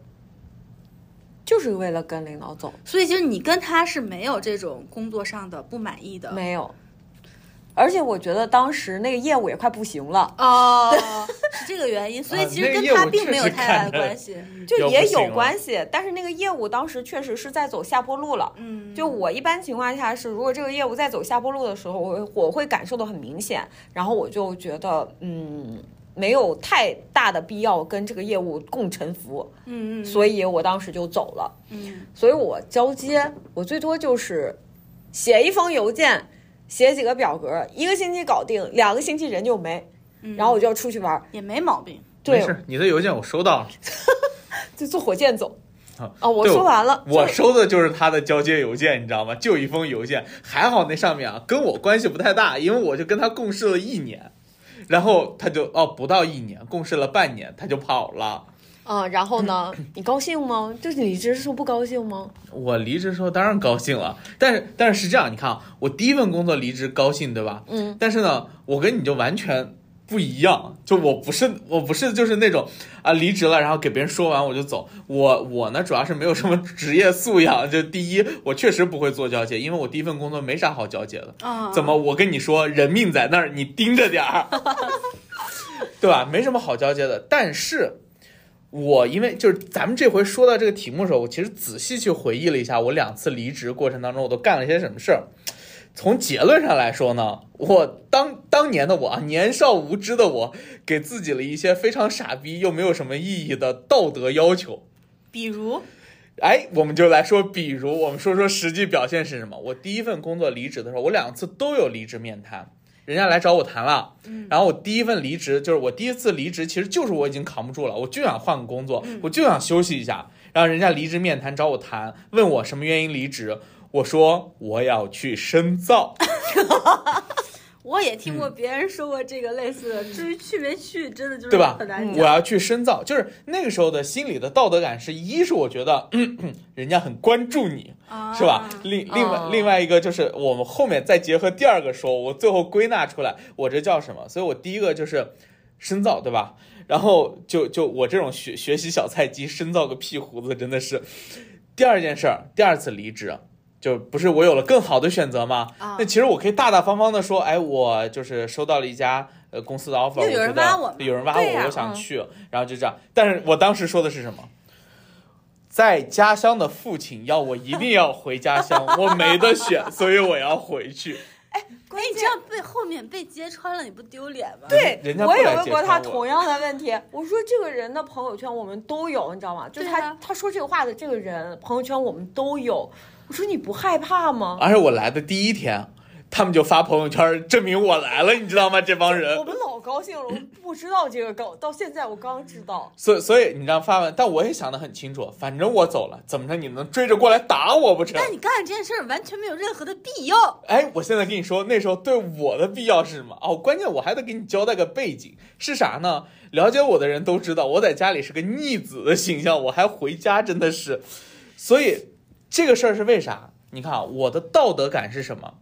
就是为了跟领导走，嗯所以其实你跟他是没有这种工作上的不满意的。没有，而且我觉得当时那个业务也快不行了，哦，是这个原因，啊所以其实跟他并没有太大的关系。就也要不有行啊了关系，但是那个业务当时确实是在走下坡路了。嗯，就我一般情况下是，如果这个业务在走下坡路的时候，我会我会感受的很明显，然后我就觉得，嗯，没有太大的必要跟这个业务共沉浮，嗯嗯，所以我当时就走了。嗯所以我交接，我最多就是写一封邮件，写几个表格，一个星期搞定，两个星期人就没，嗯然后我就出去玩儿，也没毛病。没对，事，你的邮件我收到了。就坐火箭走。啊啊，我对说完了，我就收的就是他的交接邮件，你知道吗？就一封邮件，还好那上面啊跟我关系不太大，因为我就跟他共事了一年，然后他就哦不到一年，共事了半年他就跑了。啊，然后呢，你高兴吗？就是你这是不高兴吗？我离职的时候当然高兴了，但是但是是这样，你看啊，我第一份工作离职高兴，对吧？嗯，但是呢，我跟你就完全不一样，就我不是我不是就是那种啊离职了，然后给别人说完我就走。我我呢主要是没有什么职业素养，就第一我确实不会做交接，因为我第一份工作没啥好交接的。啊，怎么我跟你说人命在那儿，你盯着点儿，对吧？没什么好交接的，但是。我因为就是咱们这回说到这个题目的时候，我其实仔细去回忆了一下，我两次离职过程当中我都干了些什么事儿。从结论上来说呢， 我当当年的我啊，年少无知的我，给自己了一些非常傻逼又没有什么意义的道德要求。比如哎，我们就来说，比如我们说说实际表现是什么。我第一份工作离职的时候，我两次都有离职面谈，人家来找我谈了。嗯然后我第一份离职就是我第一次离职，其实就是我已经扛不住了，我就想换个工嗯作，我就想休息一下。然后人家离职面谈找我谈，问我什么原因离职，我说我要去深造。嗯我也听嗯过别人说过这个类似的，至于去没去，真的就是对吧嗯很难我讲。要去深造，就是那个时候的心里的道德感是一是我觉得咳咳人家很关注你，啊是吧？另另外哦另外一个就是我们后面再结合第二个说，我最后归纳出来，我这叫什么？所以我第一个就是深造，对吧？然后就就我这种学学习小菜鸡，深造个屁胡子，真的是。第二件事儿，第二次离职，就不是我有了更好的选择吗？啊那其实我可以大大方方的说，哎，我就是收到了一家呃公司的 offer，就有人我觉得挖我嘛有人挖对我，呀我想嗯去，然后就这样。但是我当时说的是什么？在家乡的父亲要我一定要回 家乡，我没得选，所以我要回去。哎，你这样被后面被揭穿了，你不丢脸吗？对，人家不我也来问揭过穿他我同样的问题。我说这个人的朋友圈我们都有，你知道吗？就是对他、啊他说这个话的这个人朋友圈我们都有。我说你不害怕吗？而且我来的第一天，他们就发朋友圈证明我来了，你知道吗？这帮人我。们老高兴了，我们不知道这个梗，到现在我刚知道。所以所以你知道发完，但我也想得很清楚，反正我走了，怎么着你能追着过来打我不成？但你干的这件事儿完全没有任何的必要。哎，我现在跟你说，那时候对我的必要是什么？哦，关键我还得给你交代个背景是啥呢？了解我的人都知道，我在家里是个逆子的形象，我还回家真的是，所以这个事儿是为啥？你看啊，我的道德感是什么？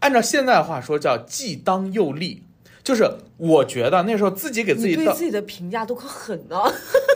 按照现在的话说叫既当又立，就是我觉得那时候自己给自你己对道自己的评价都可狠呢、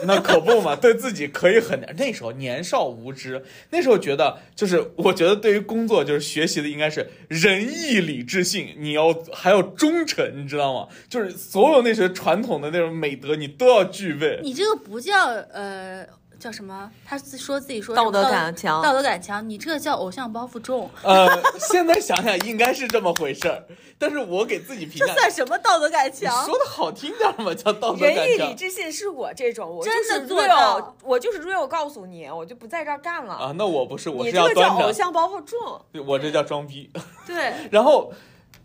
那可不嘛，对自己可以狠点。那时候年少无知，那时候觉得就是，我觉得对于工作就是学习的应该是仁义礼智信，你要还要忠诚，你知道吗？就是所有那些传统的那种美德，你都要具备。你这个不叫呃叫什么？他自说自己说什道么德感强道德感强，你这个叫偶像包袱重，呃，现在想想应该是这么回事儿，但是我给自己评这价，算什么道德感你强？说的好听点儿嘛，叫道德仁感义强礼智信是我这种，我就真的是做到 real，我就是 real 告诉你，我就不在这儿干了。啊。那我不是，我你是这要个叫端偶着，像包袱重，我这叫装逼。 对，然后，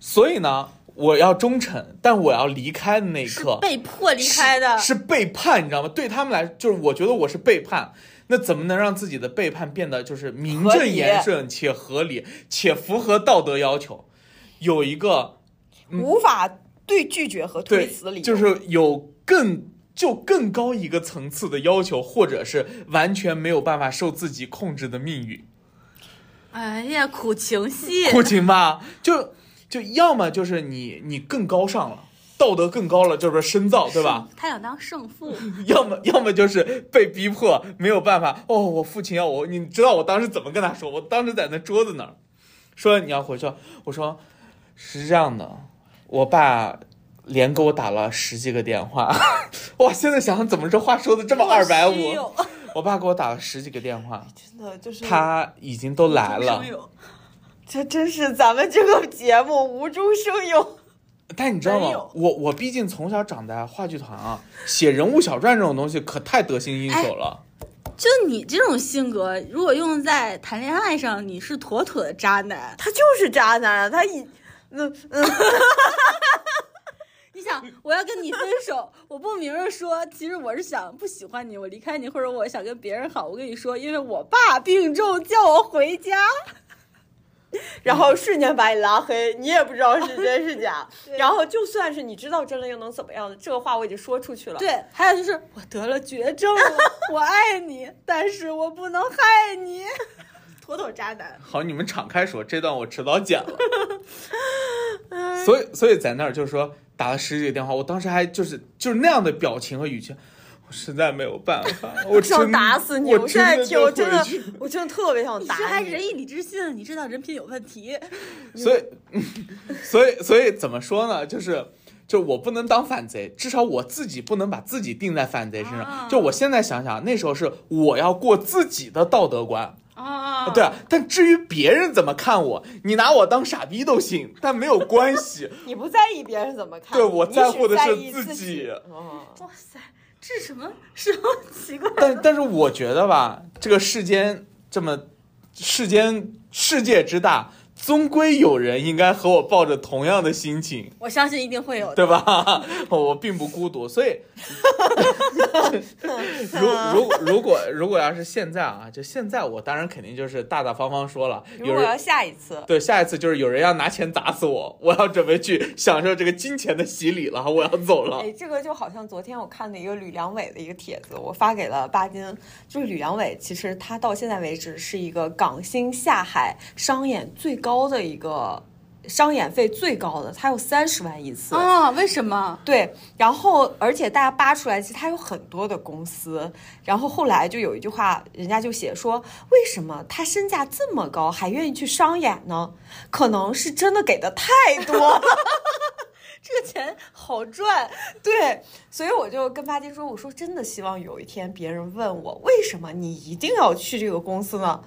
所以呢，我要忠诚，但我要离开的那一是刻，被迫离开的。是是背叛，你知道吗？对他们来，就是我觉得我是背叛。那怎么能让自己的背叛变得就是名合正理言顺且合理，且符合道德要求？有一个无法对拒绝和推对辞理由。就是有更就更高一个层次的要求，或者是完全没有办法受自己控制的命运。哎呀，苦情戏。苦情吧，就就要么就是你你更高尚了，道德更高了，就是深造，对吧？他想当 胜负，要么要么就是被逼迫，没有办法。哦，我父亲要我，你知道我当时怎么跟他说？我当时在那桌子那儿说你要回去，我说是这样的，我爸连给我打了十几个电话， 哇！现在想想怎么这话说的这么二百五？我爸给我打了十几个电话，真的就是他已经都来了。这真是咱们这个节目无中生有。但你知道没吗有？我我毕竟从小长在话剧团啊，写人物小传这种东西可太得心应手哎了。就你这种性格，如果用在谈恋爱上，你是妥妥的渣男。他就是渣男，啊他一那嗯，你想，我要跟你分手，我不明着说，其实我是想不喜欢你，我离开你，或者我想跟别人好。我跟你说，因为我爸病重，叫我回家。然后瞬间把你拉黑，你也不知道是真是 假。然后就算是你知道真了，又能怎么样呢？这个话我已经说出去了。，对，还有就是我得了绝症了，我爱你，但是我不能害你，妥妥渣男。好，你们敞开说，这段我迟早剪 了。所以，所以在那儿就说打了十几个电话，我当时还就是就是那样的表情和语气，我实在没有办 法，我真想打死你！我现在听，我真的的就回去，我真的特别想你打这还你仁义礼智信，你知道人品有问题。所以， 所以，所以怎么说呢？就是。就我不能当反贼，至少我自己不能把自己定在反贼身上。啊就我现在想想，那时候是我要过自己的道德观，啊对啊。但至于别人怎么看我，你拿我当傻逼都行，但没有关系。你不在意别人怎么看，对我你在只乎的是意自自己哦哇塞，这什么什么奇怪？但但是我觉得吧，这个世间这么世间世界之大，终归有人应该和我抱着同样的心情，我相信一定会有的。对吧？ 我并不孤独，所以如如果如果如果要是现在啊，就现在我当然肯定就是大大方方说了，如有果要人。下一次，对，下一次就是有人要拿钱砸死我，我要准备去享受这个金钱的洗礼了，我要走了哎，。这个就好像昨天我看的一个吕良伟的一个帖子，我发给了巴金。就是吕良伟，其实他到现在为止是一个港星下海商演最高的一个商演费最高的，他有三十万一次。啊，为什么？对，然后而且大家扒出来，其实他有很多的公司。然后后来就有一句话，人家就写说，为什么他身价这么高，还愿意去商演呢？可能是真的给的太多了。这个钱好赚， 对，所以我就跟巴金说，我说真的希望有一天别人问我，为什么你一定要去这个公司呢？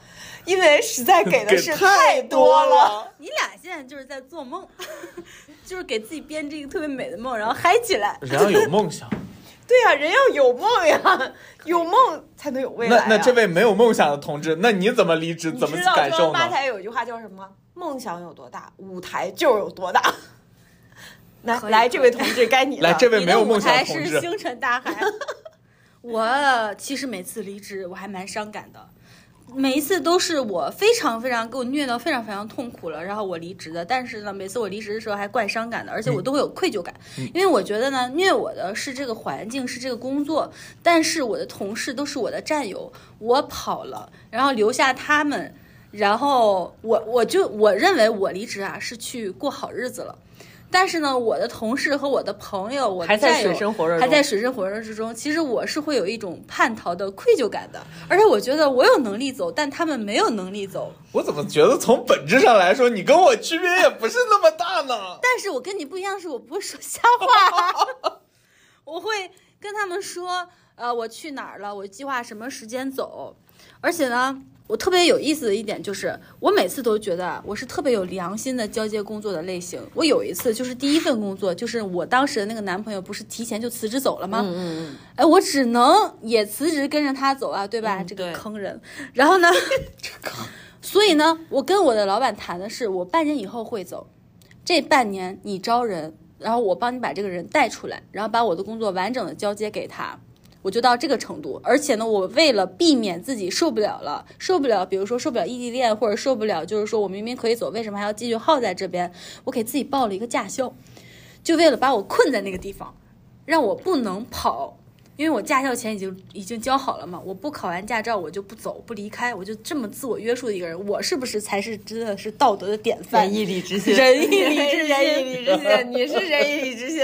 因为实在给的给是太多了。了，你俩现在就是在做梦， 就是给自己编这个特别美的梦，然后嗨起来。人要有梦想。对呀、人要有梦呀， 有梦才能有未来、啊那呀。那这位没有梦想的同志，那你怎么离职？你怎么知道感中央受八呢？台有一句话叫什么？梦想有多大，舞台就有多大。 来可以来，可这以位同志，该你了。 来，这位你没的有舞梦想台的同是志，星辰 大海。我其实每次离职，我还蛮伤感的。每一次都是我非常非常给我虐到非常非常痛苦了，然后我离职的。但是呢，每次我离职的时候还怪伤感的，而且我嗯都会有愧疚感，因为我觉得呢，虐我的是这个环境，是这个工作，但是我的同事都是我的战友，我跑了，然后留下他们，然后我我就我认为我离职啊是去过好日子了。但是呢，我的同事和我的朋友，我的还在战友水深火热中还在水深火热之中。其实我是会有一种叛逃的愧疚感的，而且我觉得我有能力走，但他们没有能力走。我怎么觉得从本质上来说，你跟我区别也不是那么大呢？但是我跟你不一样，是我不会说瞎 话，我会跟他们说，呃，我去哪儿了，我计划什么时间走，而且呢。我特别有意思的一点就是，我每次都觉得我是特别有良心的交接工作的类型。我有一次就是第一份工作，就是我当时的那个男朋友不是提前就辞职走了吗？嗯，哎，我只能也辞职跟着他走啊，对吧？嗯这个对坑人。然后呢，所以呢，我跟我的老板谈的是，我半年以后会走，这半年你招人，然后我帮你把这个人带出来，然后把我的工作完整的交接给他。我就到这个程度，而且呢，我为了避免自己受不了了，受不了，比如说受不了异地恋，或者受不了，就是说我明明可以走，为什么还要继续耗在这边？我给自己报了一个驾校，就为了把我困在那个地方，让我不能跑，因为我驾校前已经已经交好了嘛，我不考完驾照我就不走不离开，我就这么自我约束的一个人，我是不是才是真的是道德的典范？仁义礼智信，仁义礼仁 智义信，礼智信，你是仁义礼智信，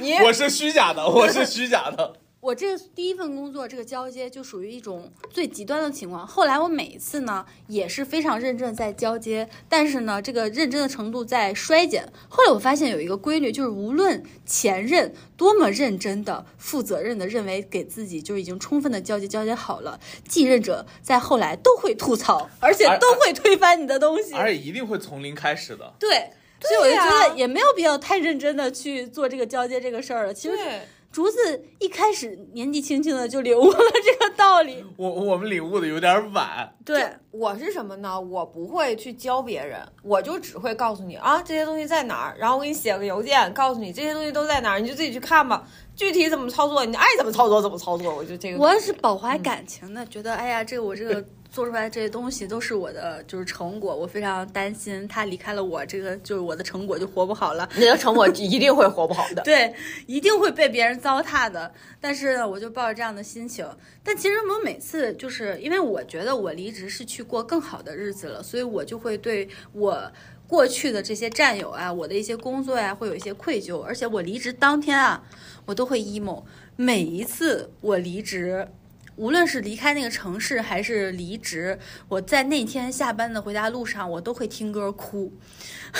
你 我是虚假的，我是虚假的。我这个第一份工作，这个交接就属于一种最极端的情况。后来我每一次呢，也是非常认真地在交接，但是呢，这个认真的程度在衰减。后来我发现有一个规律，就是无论前任多么认真的、负责任的认为给自己就已经充分的交接交接好了，继任者在后来都会吐槽，而且而都会推翻你的东西。而且一定会从零开始的。对，所以我就觉得也没有必要太认真的去做这个交接这个事儿了。其实对，竹子一开始年纪轻轻的就领悟了这个道理，我我们领悟的有点晚，对，我是什么呢？我不会去教别人，我就只会告诉你啊，这些东西在哪儿，然后我给你写个邮件，告诉你这些东西都在哪儿，你就自己去看吧。具体怎么操作，你爱怎么操作怎么操作，我就这个。我是保怀感情的，觉得哎呀，这个我这个做出来这些东西都是我的就是成果，我非常担心他离开了我，这个就是我的成果就活不好了。你的成果一定会活不好 的。对，一定会被别人糟蹋的。但是呢，我就抱着这样的心情。但其实我每次就是因为我觉得我离职是去过更好的日子了，所以我就会对我过去的这些战友啊，我的一些工作呀、会有一些愧疚。而且我离职当天啊，我都会 emo。每一次我离职。无论是离开那个城市还是离职，我在那天下班的回家路上，我都会听歌哭，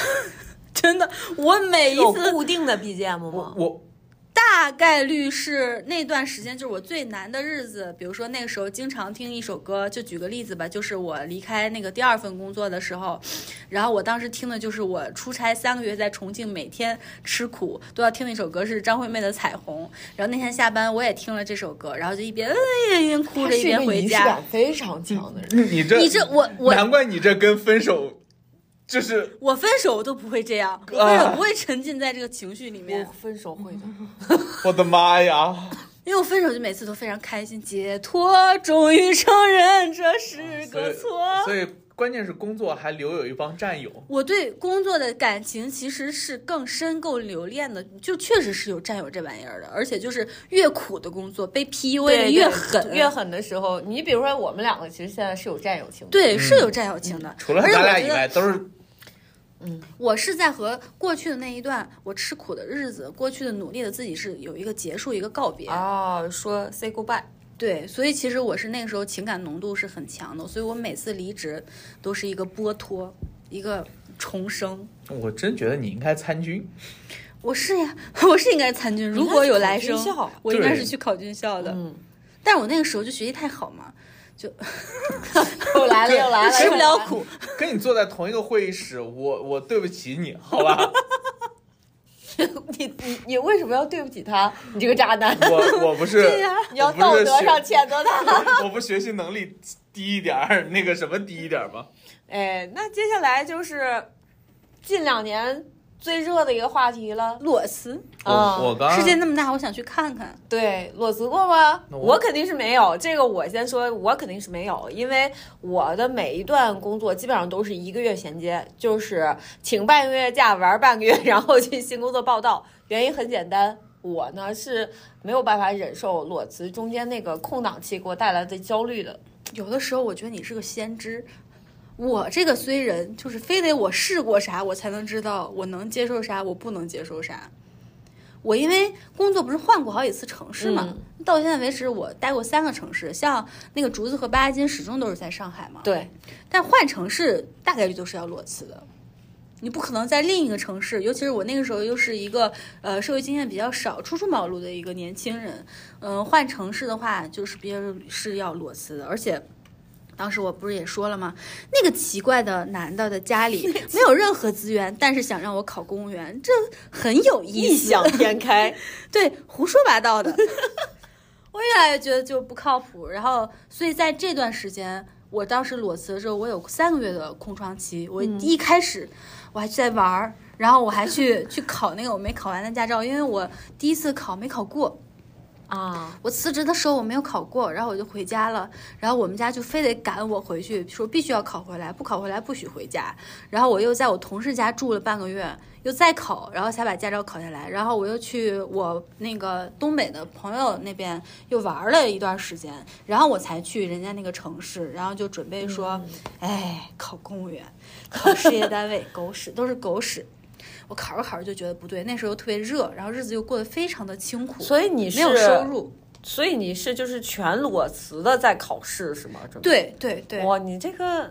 真的，我每一有次固定的 BGM 吗？我大概率是那段时间就是我最难的日子。比如说那个时候经常听一首歌，就举个例子吧，就是我离开那个第二份工作的时候，然后我当时听的就是我出差三个月在重庆，每天吃苦都要听的一首歌是张惠妹的《彩虹》。然后那天下班我也听了这首歌，然后就一边嗯一边哭着一 边回家。非常强的人。你你这你这我我难怪你这跟分手 就是我分手我都不会这样，我分手不会沉浸在这个情绪里面我。嗯分手会的，我的妈呀！因为我分手就每次都非常开心，解脱，终于承认这是个啊错。所以关键是工作还留有一帮战友，我对工作的感情其实是更深、更留恋的，就确实是有占有这玩意儿的，而且就是越苦的工作，被 PUA 的越狠，越狠的时候，你比如说我们两个其实现在是有占友情的。对是有占有情的。嗯哎除了咱俩以外都是我是在和过去的那一段我吃苦的日子、过去的努力的自己是有一个结束、一个告别。啊，说 say goodbye，对，所以其实我是那个时候情感浓度是很强的，所以我每次离职都是一个剥脱，一个重生。我真觉得你应该参军，我是呀， 我是应该参军，如果有来生你应该去考军校，啊我应该对是去考军校的。嗯，但我那个时候就学习太好嘛， 又来了又来了，吃不了苦。跟你坐在同一个会议室，我我对不起你，好吧？ 你你你为什么要对不起他？你这个渣 男，我我不是， 你要我不道是德上学，谴责他。我不学习能力低一点儿，那个什么低一点儿吗？哎，那接下来就是近两年最热的一个话题了。裸辞，啊哦我我刚世界那么大，我想去看看。对，裸辞过吗？那我我肯定是没有。这个我先说，我肯定是没有，因为我的每一段工作基本上都是一个月衔接，就是请半个月假玩半个月， 然后去新工作报道。原因很简单，我呢是没有办法忍受裸辞中间那个空档期给我带来的焦虑的。有的时候我觉得你是个先知，我这个虽人就是非得我试过啥，我才能知道我能接受啥，我不能接受啥。我因为工作不是换过好几次城市嘛，到现在为止我待过三个城市，像那个竹子和巴拉金始终都是在上海嘛。对，但换城市大概率都是要裸辞的，你不可能在另一个城市，尤其是我那个时候又是一个呃社会经验比较少、初出茅庐的一个年轻人，嗯、换城市的话就是别人是要裸辞的，而且。当时我不是也说了吗？那个奇怪的男的的家里没有任何资源，但是想让我考公务员，这很有意异思。想天开， 对，胡说八道的。 我越来越觉得就不靠谱，然后所以在这段时间，我当时裸辞的时候，我有三个月的空窗期。我一开始我还去在玩儿，然后我还去去考那个我没考完的驾照，因为我第一次考没考过。 啊，我辞职的时候我没有考过，然后我就回家了，然后我们家就非得赶我回去，说必须要考回来，不考回来不许回家。然后我又在我同事家住了半个月，又再考，然后才把驾照考下来。然后我又去我那个东北的朋友那边又玩了一段时间，然后我才去人家那个城市，然后就准备嗯说，哎，考公务员，考事业单位，狗屎都是狗屎。我考着考着就觉得不对，那时候特别热，然后日子又过得非常的清苦，所以你是没有收入。所以你是就是全裸辞的在考试是吗？准备对对对，哇，你这个。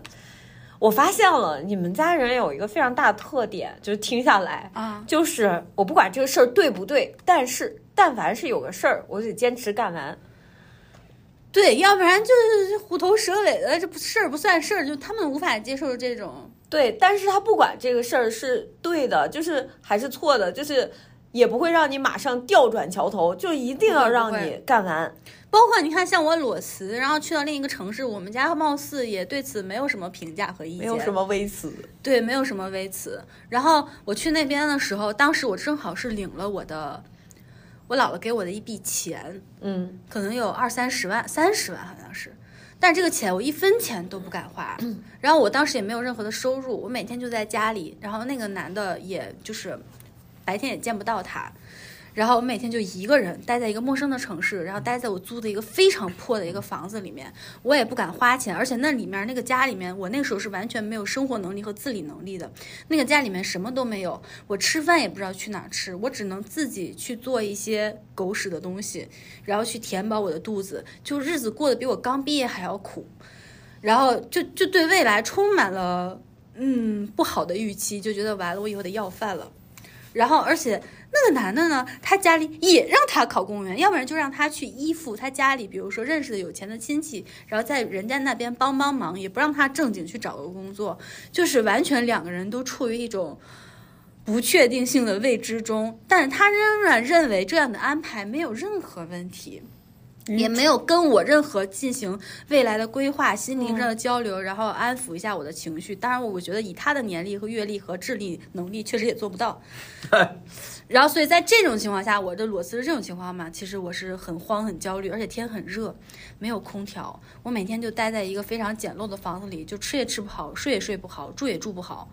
我发现了，你们家人有一个非常大的特点，就是听下来，啊，就是我不管这个事儿对不对，但是但凡是有个事儿，我得坚持干完。对，要不然就是虎头蛇尾的，这不事儿不算事儿，就他们无法接受这种。对，但是他不管这个事儿是对的，就是还是错的，就是也不会让你马上调转桥头，就一定要让不会你干完。包括你看，像我裸辞，然后去到另一个城市，我们家貌似也对此没有什么评价和意见，没有什么微词，对，没有什么微词。然后我去那边的时候，当时我正好是领了我的，我姥姥给我的一笔钱，嗯，可能有二三十万，三十万好像是。但这个钱我一分钱都不敢花， 然后我当时也没有任何的收入，我每天就在家里，然后那个男的也就是白天也见不到他，然后我每天就一个人待在一个陌生的城市，然后待在我租的一个非常破的一个房子里面，我也不敢花钱，而且那里面那个家里面，我那个时候是完全没有生活能力和自理能力的，那个家里面什么都没有，我吃饭也不知道去哪儿吃，我只能自己去做一些狗屎的东西，然后去填饱我的肚子，就日子过得比我刚毕业还要苦，然后就就对未来充满了嗯不好的预期，就觉得完了，我以后得要饭了。然后，而且那个男的呢，他家里也让他考公务员，要不然就让他去依附他家里，比如说认识的有钱的亲戚，然后在人家那边帮帮忙，也不让他正经去找个工作，就是完全两个人都处于一种不确定性的未知中。但是他仍然认为这样的安排没有任何问题。也没有跟我任何进行未来的规划、心灵上的交流，然后安抚一下我的情绪。当然，我觉得以他的年龄和阅历和智力能力，确实也做不到。然后，所以在这种情况下，我这裸辞是这种情况嘛，其实我是很慌、很焦虑，而且天很热，没有空调，我每天就待在一个非常简陋的房子里，就吃也吃不好，睡也睡不好，住也住不好，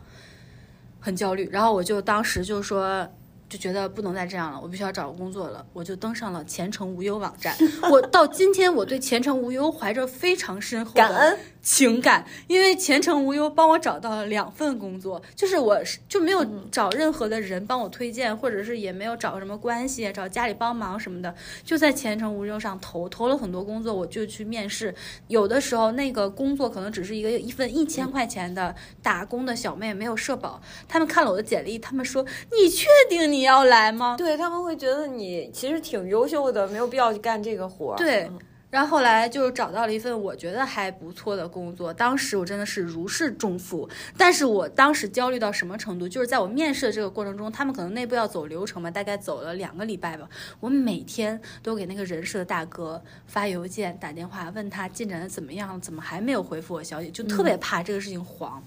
很焦虑。然后我就当时就说。就觉得不能再这样了，我必须要找个工作了。我就登上了前程无忧网站。我到今天，我对前程无忧怀着非常深厚的感恩情感，因为前程无忧帮我找到了两份工作，就是我是就没有找任何的人帮我推荐，或者是也没有找什么关系，找家里帮忙什么的，就在前程无忧上投，投了很多工作，我就去面试，有的时候那个工作可能只是一个一份一千块钱的打工的小妹，没有社保，他们看了我的简历，他们说你确定你要来吗？对他们会觉得你其实挺优秀的，没有必要去干这个活儿。对，然后后来就找到了一份我觉得还不错的工作，当时我真的是如释重负。但是我当时焦虑到什么程度？就是在我面试的这个过程中，他们可能内部要走流程嘛，大概走了两个礼拜吧。我每天都给那个人事的大哥发邮件、打电话，问他进展的怎么样，怎么还没有回复我消息，就特别怕这个事情黄。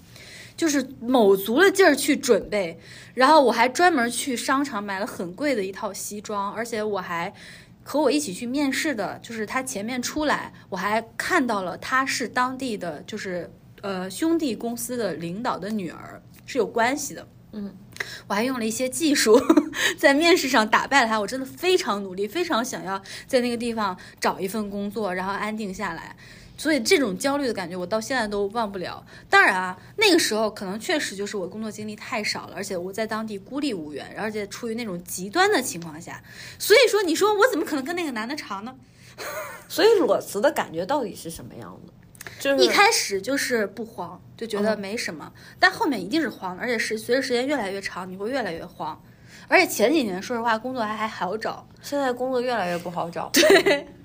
就是卯足了劲儿去准备，然后我还专门去商场买了很贵的一套西装，而且我还和我一起去面试的，就是他前面出来，我还看到了他是当地的，就是呃兄弟公司的领导的女儿，是有关系的。嗯，我还用了一些技术 在面试上打败了他，我真的非常努力，非常想要在那个地方找一份工作，然后安定下来。所以这种焦虑的感觉，我到现在都忘不了。当然啊，那个时候可能确实就是我工作经历太少了，而且我在当地孤立无援，而且处于那种极端的情况下，所以说你说我怎么可能跟那个男的长呢？所以裸辞的感觉到底是什么样的？就是一开始就是不慌，就觉嗯得没什么，但后面一定是慌的，而且是随着时间越来越长，你会越来越慌。而且前几年说实话，工作还还好找，现在工作越来越不好找。对，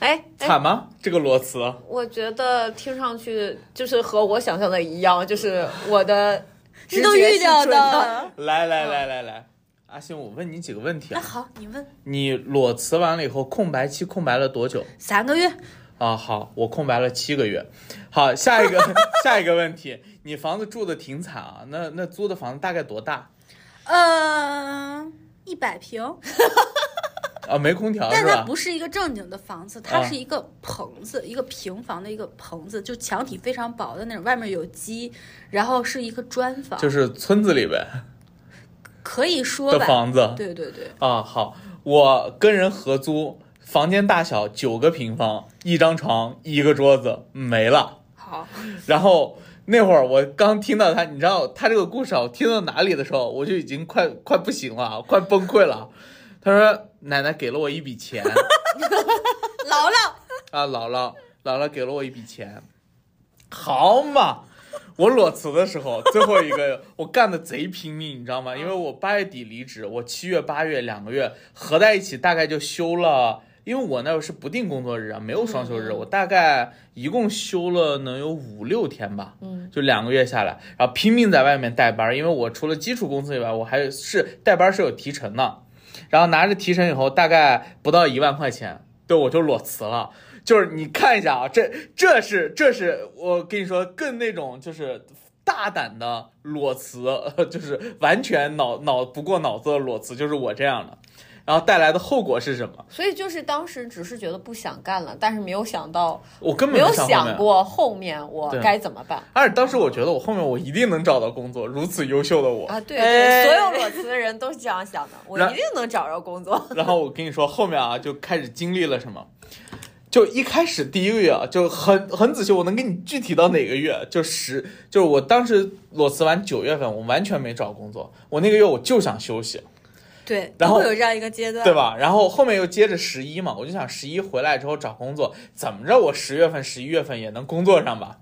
哎，哎惨吗？这个裸辞，我觉得听上去就是和我想象的一样，就是我的这都预料的。来来来来哦来，阿星，我问你几个问题那啊？好，你问你裸辞完了以后，空白期空白了多久？三个月，啊，好，我空白了七个月。好，下一个 下一个问题，你房子住的挺惨啊，那那租的房子大概多大？呃，一百平，啊，没空调但是它吧？不是一个正经的房子，它啊是一个棚子，一个平房的一个棚子，就墙体非常薄的那种，外面有鸡，然后是一个砖房，就是村子里呗可以说的吧，房子。对对对，啊，好，我跟人合租，房间大小九个平方，一张床，一个桌子，没了。好，然后那会儿我刚听到他，你知道他这个故事啊，我听到哪里的时候，我就已经快快不行了，快崩溃了。他说奶奶给了我一笔钱姥姥，啊，姥姥姥姥给了我一笔钱，好嘛。我裸辞的时候，最后一个 我干的贼拼命，你知道吗？因为我八月底离职，我七月、八月两个月合在一起，大概就休了。因为我那会儿是不定工作日啊，没有双休日，我大概一共休了能有五六天吧，嗯，就两个月下来，然后拼命在外面带班儿，因为我除了基础工资以外，我还是带班儿是有提成的，然后拿着提成以后，大概不到一万块钱，对我就裸辞了。就是你看一下啊，这这是这是我跟你说更那种就是大胆的裸辞， 呃就是完全脑脑不过脑子的裸辞，就是我这样的，然后带来的后果是什么？所以就是当时只是觉得不想干了，但是没有想到，我根没本有后面想。过后面我啊对啊该怎么办而且当时我觉得我后面我一定能找到工作，如此优秀的我。啊？对，哎对所有裸辞的人都是这样想的，我然一定能找着 工作。然后我跟你说，后面啊就开始经历了什么。就一开始第一个月啊，就很很仔细，我能给你具体到哪个月？就十，就是我当时裸辞完九月份，我完全没找工作，我那个月我就想休息，对，然都后会有这样一个阶段，对吧？然后后面又接着十一嘛，我就想十一回来之后找工作，怎么着我十月份、十一月份也能工作上吧？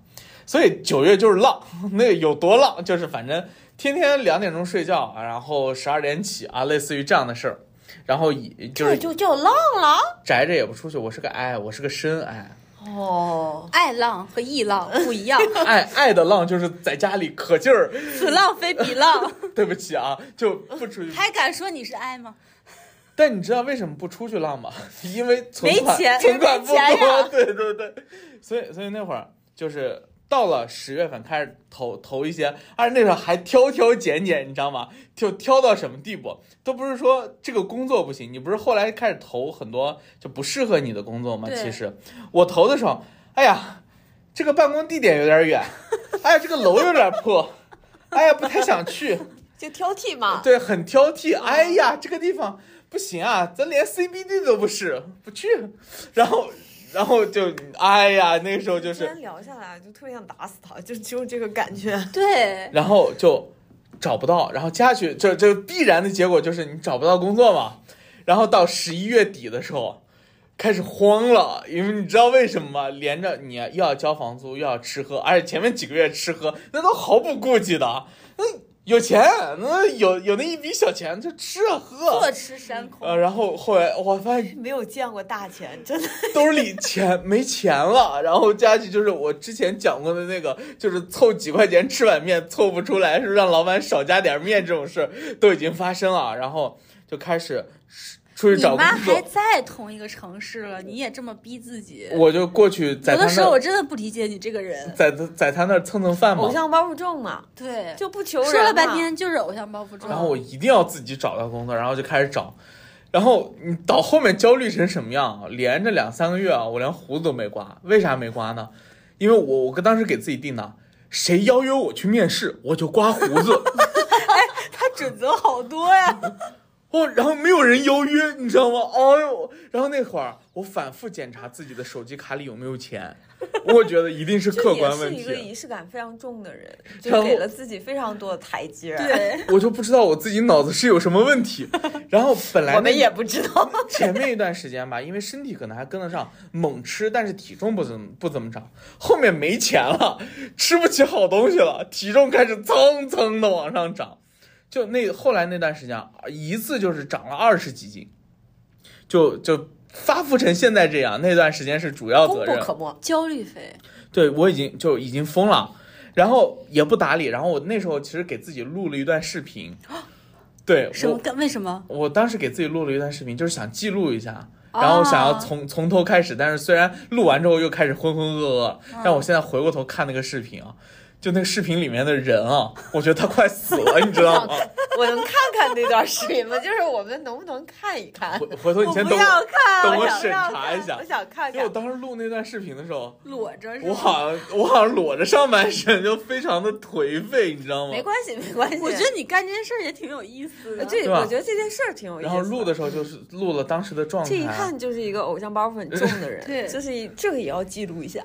所以九月就是浪， 那个有多浪，就是反正天天两点钟睡觉啊，然后十二点起啊，类似于这样的事儿。然后以就是就就浪了宅着也不出去，我是个 I，我是个深 I，哦，爱浪和易浪不一样，爱爱的浪就是在家里可劲儿。此浪非彼浪，对不起啊，就不出 去。还敢说你是爱吗？但你知道为什么不出去浪吗？ 因为存没款钱存款不没钱多呀。对对对，所以所以那会儿就是到了十月份开始投投一些，而且那时候还挑挑拣拣，你知道吗？就挑到什么地步，都不是说这个工作不行，你不是后来开始投很多就不适合你的工作吗？对其实我投的时候，哎呀，这个办公地点有点远，哎呀，这个楼有点破，哎呀，不太想去。就挑剔嘛。 对，很挑剔。哎呀，这个地方不行啊，咱连 CBD 都不是，不去。然后，然后就，哎呀，那个时候就今是，天聊下来，就特别想打死他，就只有这个感觉。 对，然后就找不到，然后接下去，这这必然的结果就是你找不到工作嘛。然后到十一月底的时候。开始慌了，因为你知道为什么吗？连着你又要交房租，又要吃喝，而且前面几个月吃喝那都毫不顾忌的，那有钱，那有有那一笔小钱就吃啊喝啊，坐吃山空。呃，然后后来我发现没有见过大钱，真的兜里钱没钱了，然后加起就是我之前讲过的那个，就是凑几块钱吃碗面凑不出来，是让老板少加点面这种事儿都已经发生了，然后就开始出去你找工妈还作，在同一个城市了，你也这么逼自己？我就过去在有他的时候那我儿真的不理解你这个人。在他在他那儿蹭蹭饭嘛偶，像包袱重嘛，对，就不求人说了半嘛，天就是偶像包袱重。然 后我一定要自己找到工作，然后就开始找。然后你到后面焦虑成什么样啊？连着两三个月啊，我连胡子都没刮。为啥没刮呢？因为我我跟当时给自己定的，谁邀约我去面试，我就刮胡子。 他准则好多呀。哦，然后没有人邀约，你知道吗？哎呦，然后那会儿我反复检查自己的手机卡里有没有钱，我觉得一定是 客观问也是一个题。啊仪式感非常重的人，然就后给了自己非常多的台阶。， 对，我就不知道我自己脑子是有什么问题。然后本来我们那也不知道。 前面一段时间吧，因为身体可能还跟得上，猛吃，但是体重不怎么不怎么长。后面没钱了，吃不起好东西了，体重开始蹭蹭的往上涨。就那后来那段时间，啊一次就是涨了二十几斤，就就发福成现在这样。那段时间是主要责功任不，可没。焦虑肥，对我已经就已经疯了，然后也不打理。然后我那时候其实给自己录了一段视频，对，什我么？为什么？我当时给自己录了一段视频，就是想记录一下，啊然后想要从、从头开始。但是虽然录完之后又开始浑浑噩啊噩，但我现在回过头看那个视频啊，就那个视频里面的 人啊，我觉得他快死了，你知道吗？我能看看那段视频吗？就是我们能不能看一看？回回头你我先不等要我，看，等我想审要查一看下我想看因为我看。当时录那段视频的时候，裸着是我吧？好像我好像裸着上半身，就非常的颓废，你知道吗没？关系，没关系。我觉得你干这件事儿也挺有意思的。这，对吧我觉得这件事儿挺有意思。然后录的时候就是录了当时的状态，啊 这一看就是一个偶像包袱很重的人，对就是这个也要记录一下。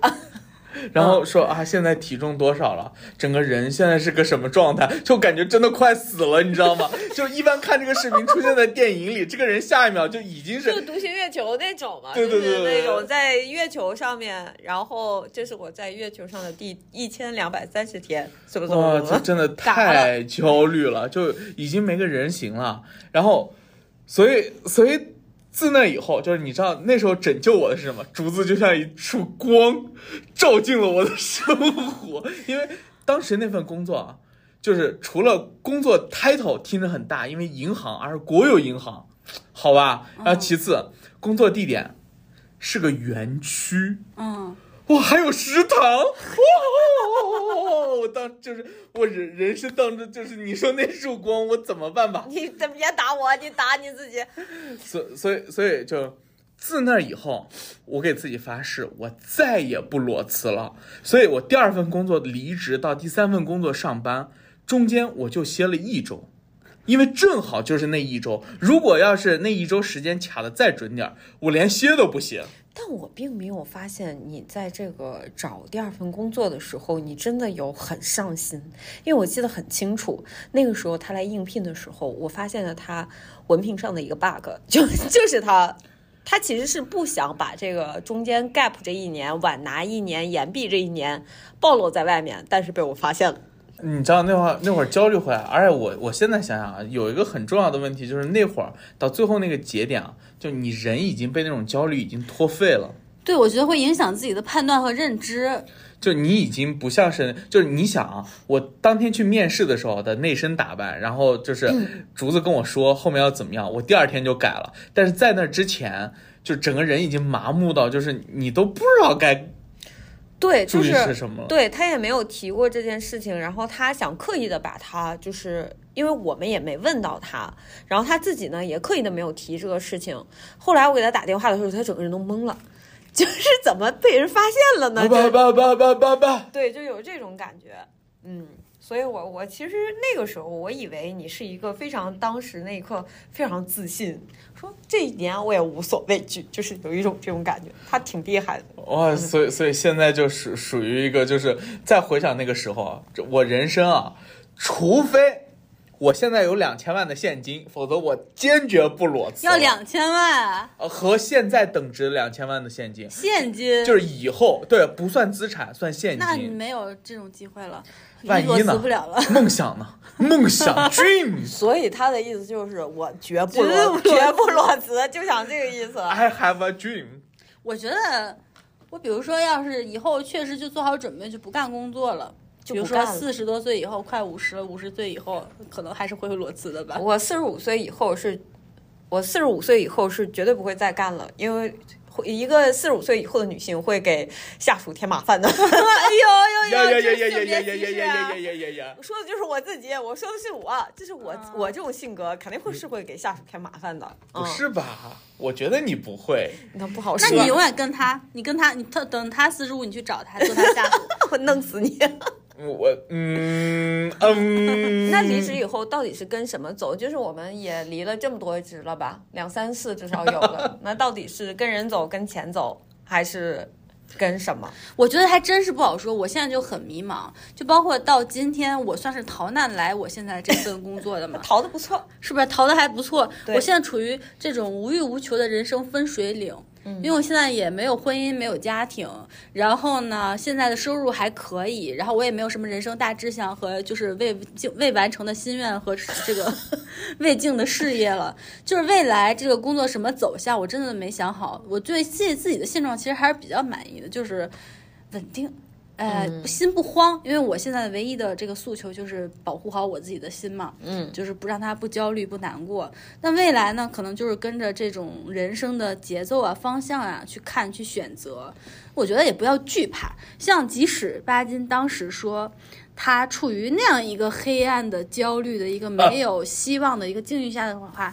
然后说啊，现在体重多少了？整个人现在是个什么状态？就感觉真的快死了，你知道吗？就一般看这个视频出现在电影里，这个人下一秒就已经就是独行月球那种嘛，对对就是对对那种在月球上面，然后这是我在月球上的第一千两百三十天，怎么怎哇，么怎这么，真的太焦虑了，就已经没个人形了。然后，所以所以自那以后，就是你知道那时候拯救我的是什么？竹子就像一束光，照进了我的生活。因为当时那份工作啊，就是除了工作 title 听着很大，因为银行，而是国有银行，好吧。哦然后其次，工作地点是个园区。嗯，哇，还有食堂！哇哦，我当就是我人人生当中就是你说那束光，我怎么办吧？你怎么别打我，你打你自己。所所以所以就自那以后，我给自己发誓，我再也不裸辞了。所以我第二份工作离职到第三份工作上班，中间我就歇了一周。因为正好就是那一周，如果要是那一周时间卡的再准点儿，我连歇都不歇。但我并没有发现你在这个找第二份工作的时候，你真的有很上心，因为我记得很清楚，那个时候他来应聘的时候，我发现了他文凭上的一个 bug，就 就是他。他其实是不想把这个中间 gap 这一年、晚拿一年、延毕这一年暴露在外面，但是被我发现了。你知道那会儿那会儿焦虑回来，而且我我现在想想啊，有一个很重要的问题就是那会儿到最后那个节点啊，就你人已经被那种焦虑已经脱废了，对，我觉得会影响自己的判断和认知。就你已经不像是就是你想啊，我当天去面试的时候的内身打扮，然后嗯就是竹子跟我说后面要怎么样，我第二天就改了，但是在那之前就整个人已经麻木到就是你都不知道该对，注就意是是什么了。对他也没有提过这件事情，然后他想刻意的把他，就是因为我们也没问到他，然后他自己呢也刻意的没有提这个事情。后来我给他打电话的时候，他整个人都懵了， 就是怎么被人发现了呢？叭就叭叭叭叭叭。对，就有这种感觉，嗯。所以我我其实那个时候，我以为你是一个非常当时那一刻非常自信，说这一年我也无所畏惧，就是有一种这种感觉，他挺厉害的。哇，所以所以现在就属属于一个，就是再回想那个时候啊，这我人生啊，除非我现在有两千万的现金，否则我坚决不裸辞。要两千万呃和现在等值两千万的现金，现金，就是以后对不算资产，算现那你金。没有这种机会了，你万一裸呢辞不了了。梦想呢？梦想 dreams。所以他的意思就是我绝不绝裸不裸绝不裸辞，就想这个意思。 I have a dream。我觉得，我比如说，要是以后确实就做好准备，就不干工作了。就比如不说干了四十多岁以后，快五十了，五十岁以后，可能还是会裸辞的吧。 我四十五岁以后是，我四十五岁以后是绝对不会再干了，因为会一个四十五岁以后的女性会给下属添麻烦的。 哎呦呀呦呀呦，呀这性呀呀呀别呀歧视呀啊呀！呀呀呀！说的就是我自己，我说的是我，就是我、我这种性格肯定会是会给下属添麻烦的。不嗯，是吧？我觉得你不会。那嗯不好那说，你永远跟他，你跟他，你他等他四十五，你去找他做他下属。我弄死 你。哎我嗯嗯。那离职以后到底是跟什么走？就是我们也离了这么多职了吧，两三次至少有了。那到底是跟人走、跟钱走，还是跟什么？，我觉得还真是不好说，我现在就很迷茫，就包括到今天，我算是逃难来我现在这份工作的嘛逃的不错，是不是逃的还不错？对我现在处于这种无欲无求的人生分水岭。因为我现在也没有婚姻，没有家庭，然后呢，现在的收入还可以，然后我也没有什么人生大志向和就是未竟未完成的心愿和这个 未竟的事业了。就是未来这个工作什么走向，我真的没想好。我对自自己的现状其实还是比较满意的，就是稳定。呃，嗯心不慌，因为我现在唯一的这个诉求就是保护好我自己的心嘛，嗯，就是不让它不焦虑、不难过。那未来呢，可能就是跟着这种人生的节奏啊、方向啊去看、去选择。我觉得也不要惧怕，像即使巴金当时说他处于那样一个黑暗的、焦虑的一个没啊有希望的一个境遇下的话，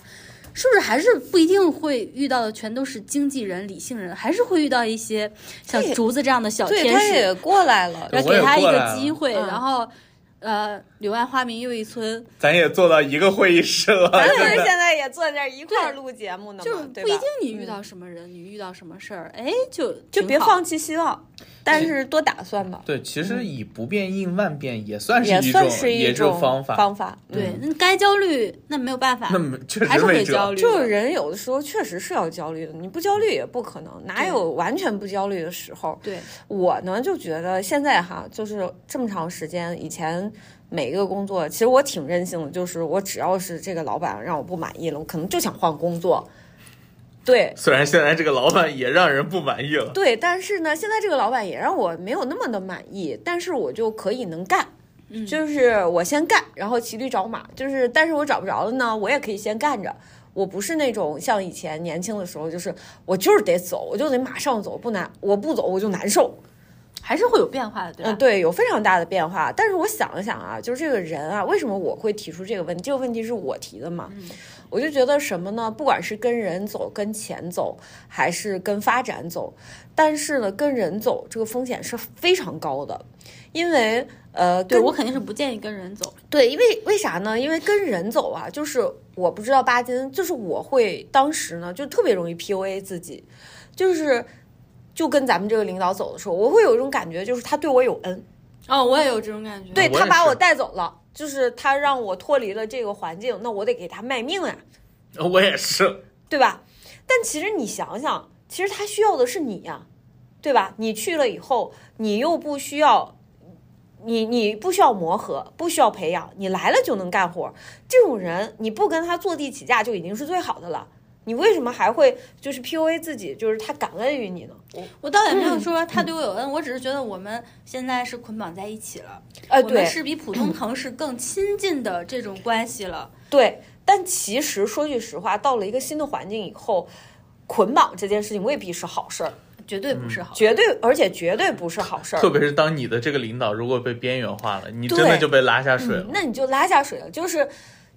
是不是还是不一定会遇到的全都是经纪人、理性人，还是会遇到一些像对竹子这样的小对，天他使？也过来了。然后我也给他一过来个了机会，嗯然后，呃，柳暗花明又一村，咱也坐到一个会议室了，咱不真是的现在也坐在这儿一块儿录节目呢吗？就是不对一嗯吧定？你遇到什么人，你遇到什么事儿，哎，就就挺别好放弃希望，但是多打算吧，对，其实以不变应万变也算是嗯也一种算是也一是种方法。方法，嗯对，那该焦虑那没有办法，那么确还实是没会辙焦。虑的。就是人有的时候确实是要焦虑的，你不焦虑也不可能，哪有完全不焦虑的时候？对，我呢就觉得现在哈，就是这么长时间以前。每一个工作，其实我挺任性的，就是我只要是这个老板让我不满意了，我可能就想换工作。对，虽然现在这个老板也让人不满意了，对，但是呢，现在这个老板也让我没有那么的满意，但是我就可以能干。就是我先干，然后骑驴找马。就是，但是我找不着了呢，我也可以先干着。我不是那种像以前年轻的时候，就是我就是得走，我就得马上走，不难，我不走我就难受。还是会有变化的，对吧？嗯，对，有非常大的变化。但是我想了想啊，就是这个人啊，为什么我会提出这个问题？这个问题是我提的嘛？我就觉得什么呢？不管是跟人走、跟钱走，还是跟发展走，但是呢，跟人走这个风险是非常高的，因为呃，对跟我肯定是不建议跟人走，对，因为为啥呢？因为跟人走啊，就是我不知道巴金，就是我会当时呢，就特别容易 PUA 自己，就是就跟咱们这个领导走的时候，我会有一种感觉，就是他对我有恩。哦，我也有这种感觉。对我他也把是我带走了，就是他让我脱离了这个环境，那我得给他卖命呀、我也是。对吧？但其实你想想，其实他需要的是你呀、对吧？你去了以后，你又不需要，你你不需要磨合，不需要培养，你来了就能干活。这种人，你不跟他坐地起价就已经是最好的了。你为什么还会就是 PUA 自己，就是他感恩于你呢？我倒也没有说他对我有恩，我只是觉得我们现在是捆绑在一起了，呃，我们对，是比普通同事更亲近的这种关系了。对，但其实说句实话，到了一个新的环境以后，捆绑这件事情未必是好事儿，绝对嗯不是好，绝对，而且绝对不是好事儿特。别是当你的这个领导如果被边缘化了，你对嗯真的就被拉下水了。那你就拉下水了，就是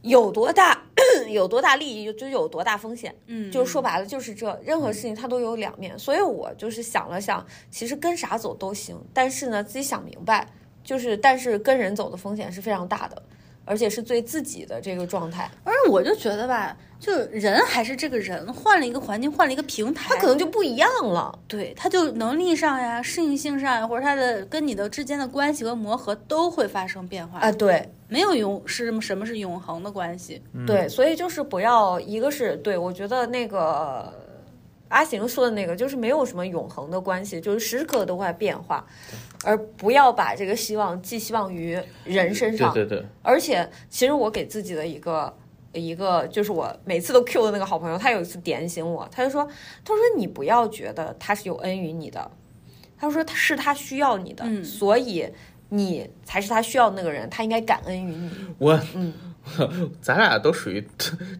有多大 有多大利益，就有多大风险。嗯，就是说白了就是这，任何事情它都有两面，所以我就是想了想，其实跟啥走都行，但是呢，自己想明白，就是但是跟人走的风险是非常大的，而且是对自己的这个状态，而我就觉得吧，就人还是这个人，换了一个环境，换了一个平台，哎它可能就不一样了。对他就能力上呀、适应性上呀，或者他的跟你的之间的关系和磨合都会发生变化啊，对，没有永是什么是永恒的关系，嗯对，所以就是不要，一个是对我觉得那个阿行说的那个，就是没有什么永恒的关系，就是时时刻刻都在变化，而不要把这个希望寄希望于人身对上。对对，而且，其实我给自己的一个一个，就是我每次都 Q 的那个好朋友，他有一次点醒我，他就说，他说你不要觉得他是有恩于你的，他说他是他需要你的，嗯所以你才是他需要的那个人，他应该感恩于你。我嗯，咱俩都属于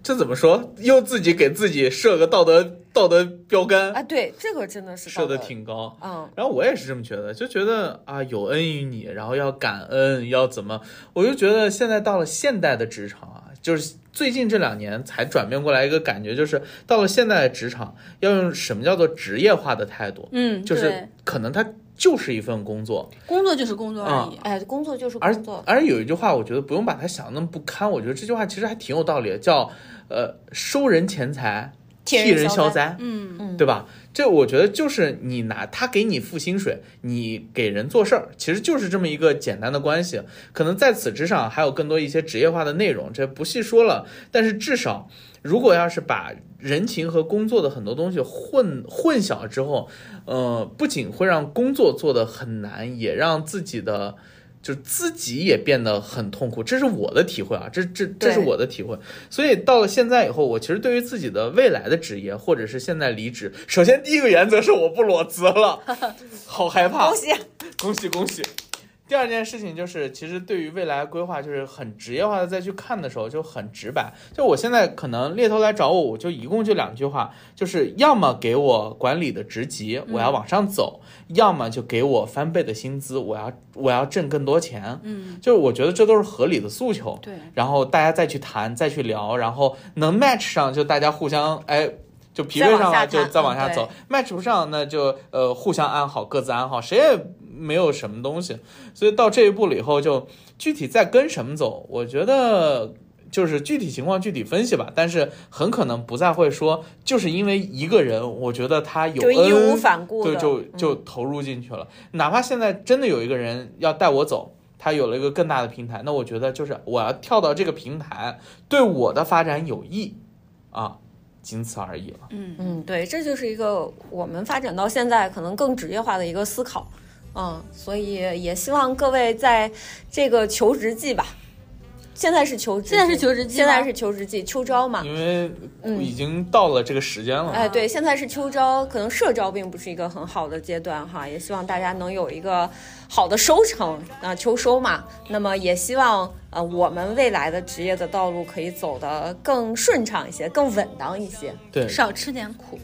这怎么说？又自己给自己设个道德道德标杆，啊，对，这个真的是设道的德挺高。嗯。然后我也是这么觉得，就觉得啊有恩于你，然后要感恩，要怎么？我就觉得现在到了现代的职场啊，就是最近这两年才转变过来一个感觉，就是到了现代的职场，要用什么叫做职业化的态度，嗯，就是对，可能它就是一份工作，工作就是工作而已，哎，工作就是而工作，而有一句话，我觉得不用把它想得那么不堪，我觉得这句话其实还挺有道理的，叫呃收人钱财，替替人人消消灾灾。嗯嗯，对吧？这我觉得就是你拿他给你付薪水，你给人做事儿，其实就是这么一个简单的关系。可能在此之上还有更多一些职业化的内容，这不细说了。但是至少，如果要是把人情和工作的很多东西混混淆之后，呃，不仅会让工作做得很难，也让自己的。就是自己也变得很痛苦，这是我的体会啊，这这这是对我的体会。所以到了现在以后，我其实对于自己的未来的职业，或者是现在离职，首先第一个原则是我不裸辞 了，好害怕，恭喜恭喜恭喜！第二件事情就是，其实对于未来规划，就是很职业化的再去看的时候就很直白。就我现在可能猎头来找我，我就一共就两句话，就是要么给我管理的职级，我要往上走；要么就给我翻倍的薪资，我要我要挣更多钱。嗯，就是我觉得这都是合理的诉求。对，然后大家再去谈，再去聊，然后能 match 上就大家互相哎。就匹配再上往下了，就谈再往嗯下对走；match 不上，那就呃互相安好，各自安好，谁也没有什么东西。所以到这一步了以后，就具体再跟什么走，我觉得就是具体情况具体分析吧，但是很可能不再会说，就是因为一个人，我觉得他有就义无 N 反顾嗯对，的，就就投入进去了。哪怕现在真的有一个人要带我走，他有了一个更大的平台，那我觉得就是我要跳到这个平台，对我的发展有益啊，仅此而已了。嗯，嗯，对，这就是一个我们发展到现在可能更职业化的一个思考，嗯，所以也希望各位在这个求职季吧，现在是求职季，现在是求职季吗现在是求职季，秋招嘛，因为嗯已经到了这个时间了，哎，对，现在是秋招，可能社招并不是一个很好的阶段哈，也希望大家能有一个好的收成啊、秋收嘛。那么也希望呃，我们未来的职业的道路可以走得更顺畅一些，更稳当一些。对，少吃点苦。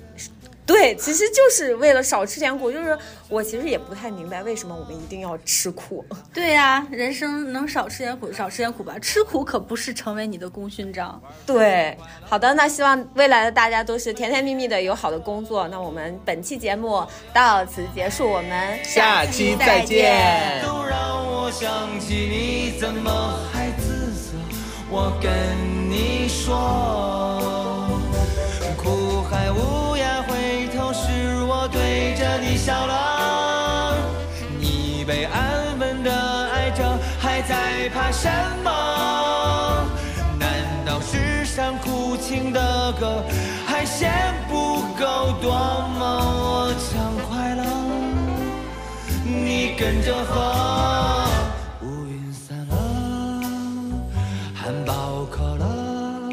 对，其实就是为了少吃点苦，就是我其实也不太明白为什么我们一定要吃苦。 对呀、人生能少吃点苦，少吃点苦吧。吃苦可不是成为你的功勋章。对，好的，那希望未来的大家都是甜甜蜜蜜的，有好的工作。那我们本期节目到此结束，我们下期再见。都让我想起你，怎么还自责？我跟你说，苦海无涯，回头是我对着你笑了。你被安稳的爱着，还在怕什么？难道世上苦情的歌还嫌不够多吗？我想快乐。你跟着喝，乌云散了，汉堡烤了，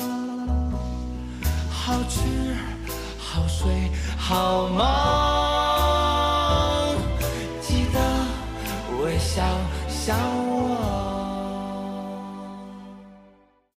好吃，好睡，好梦，记得微笑向我。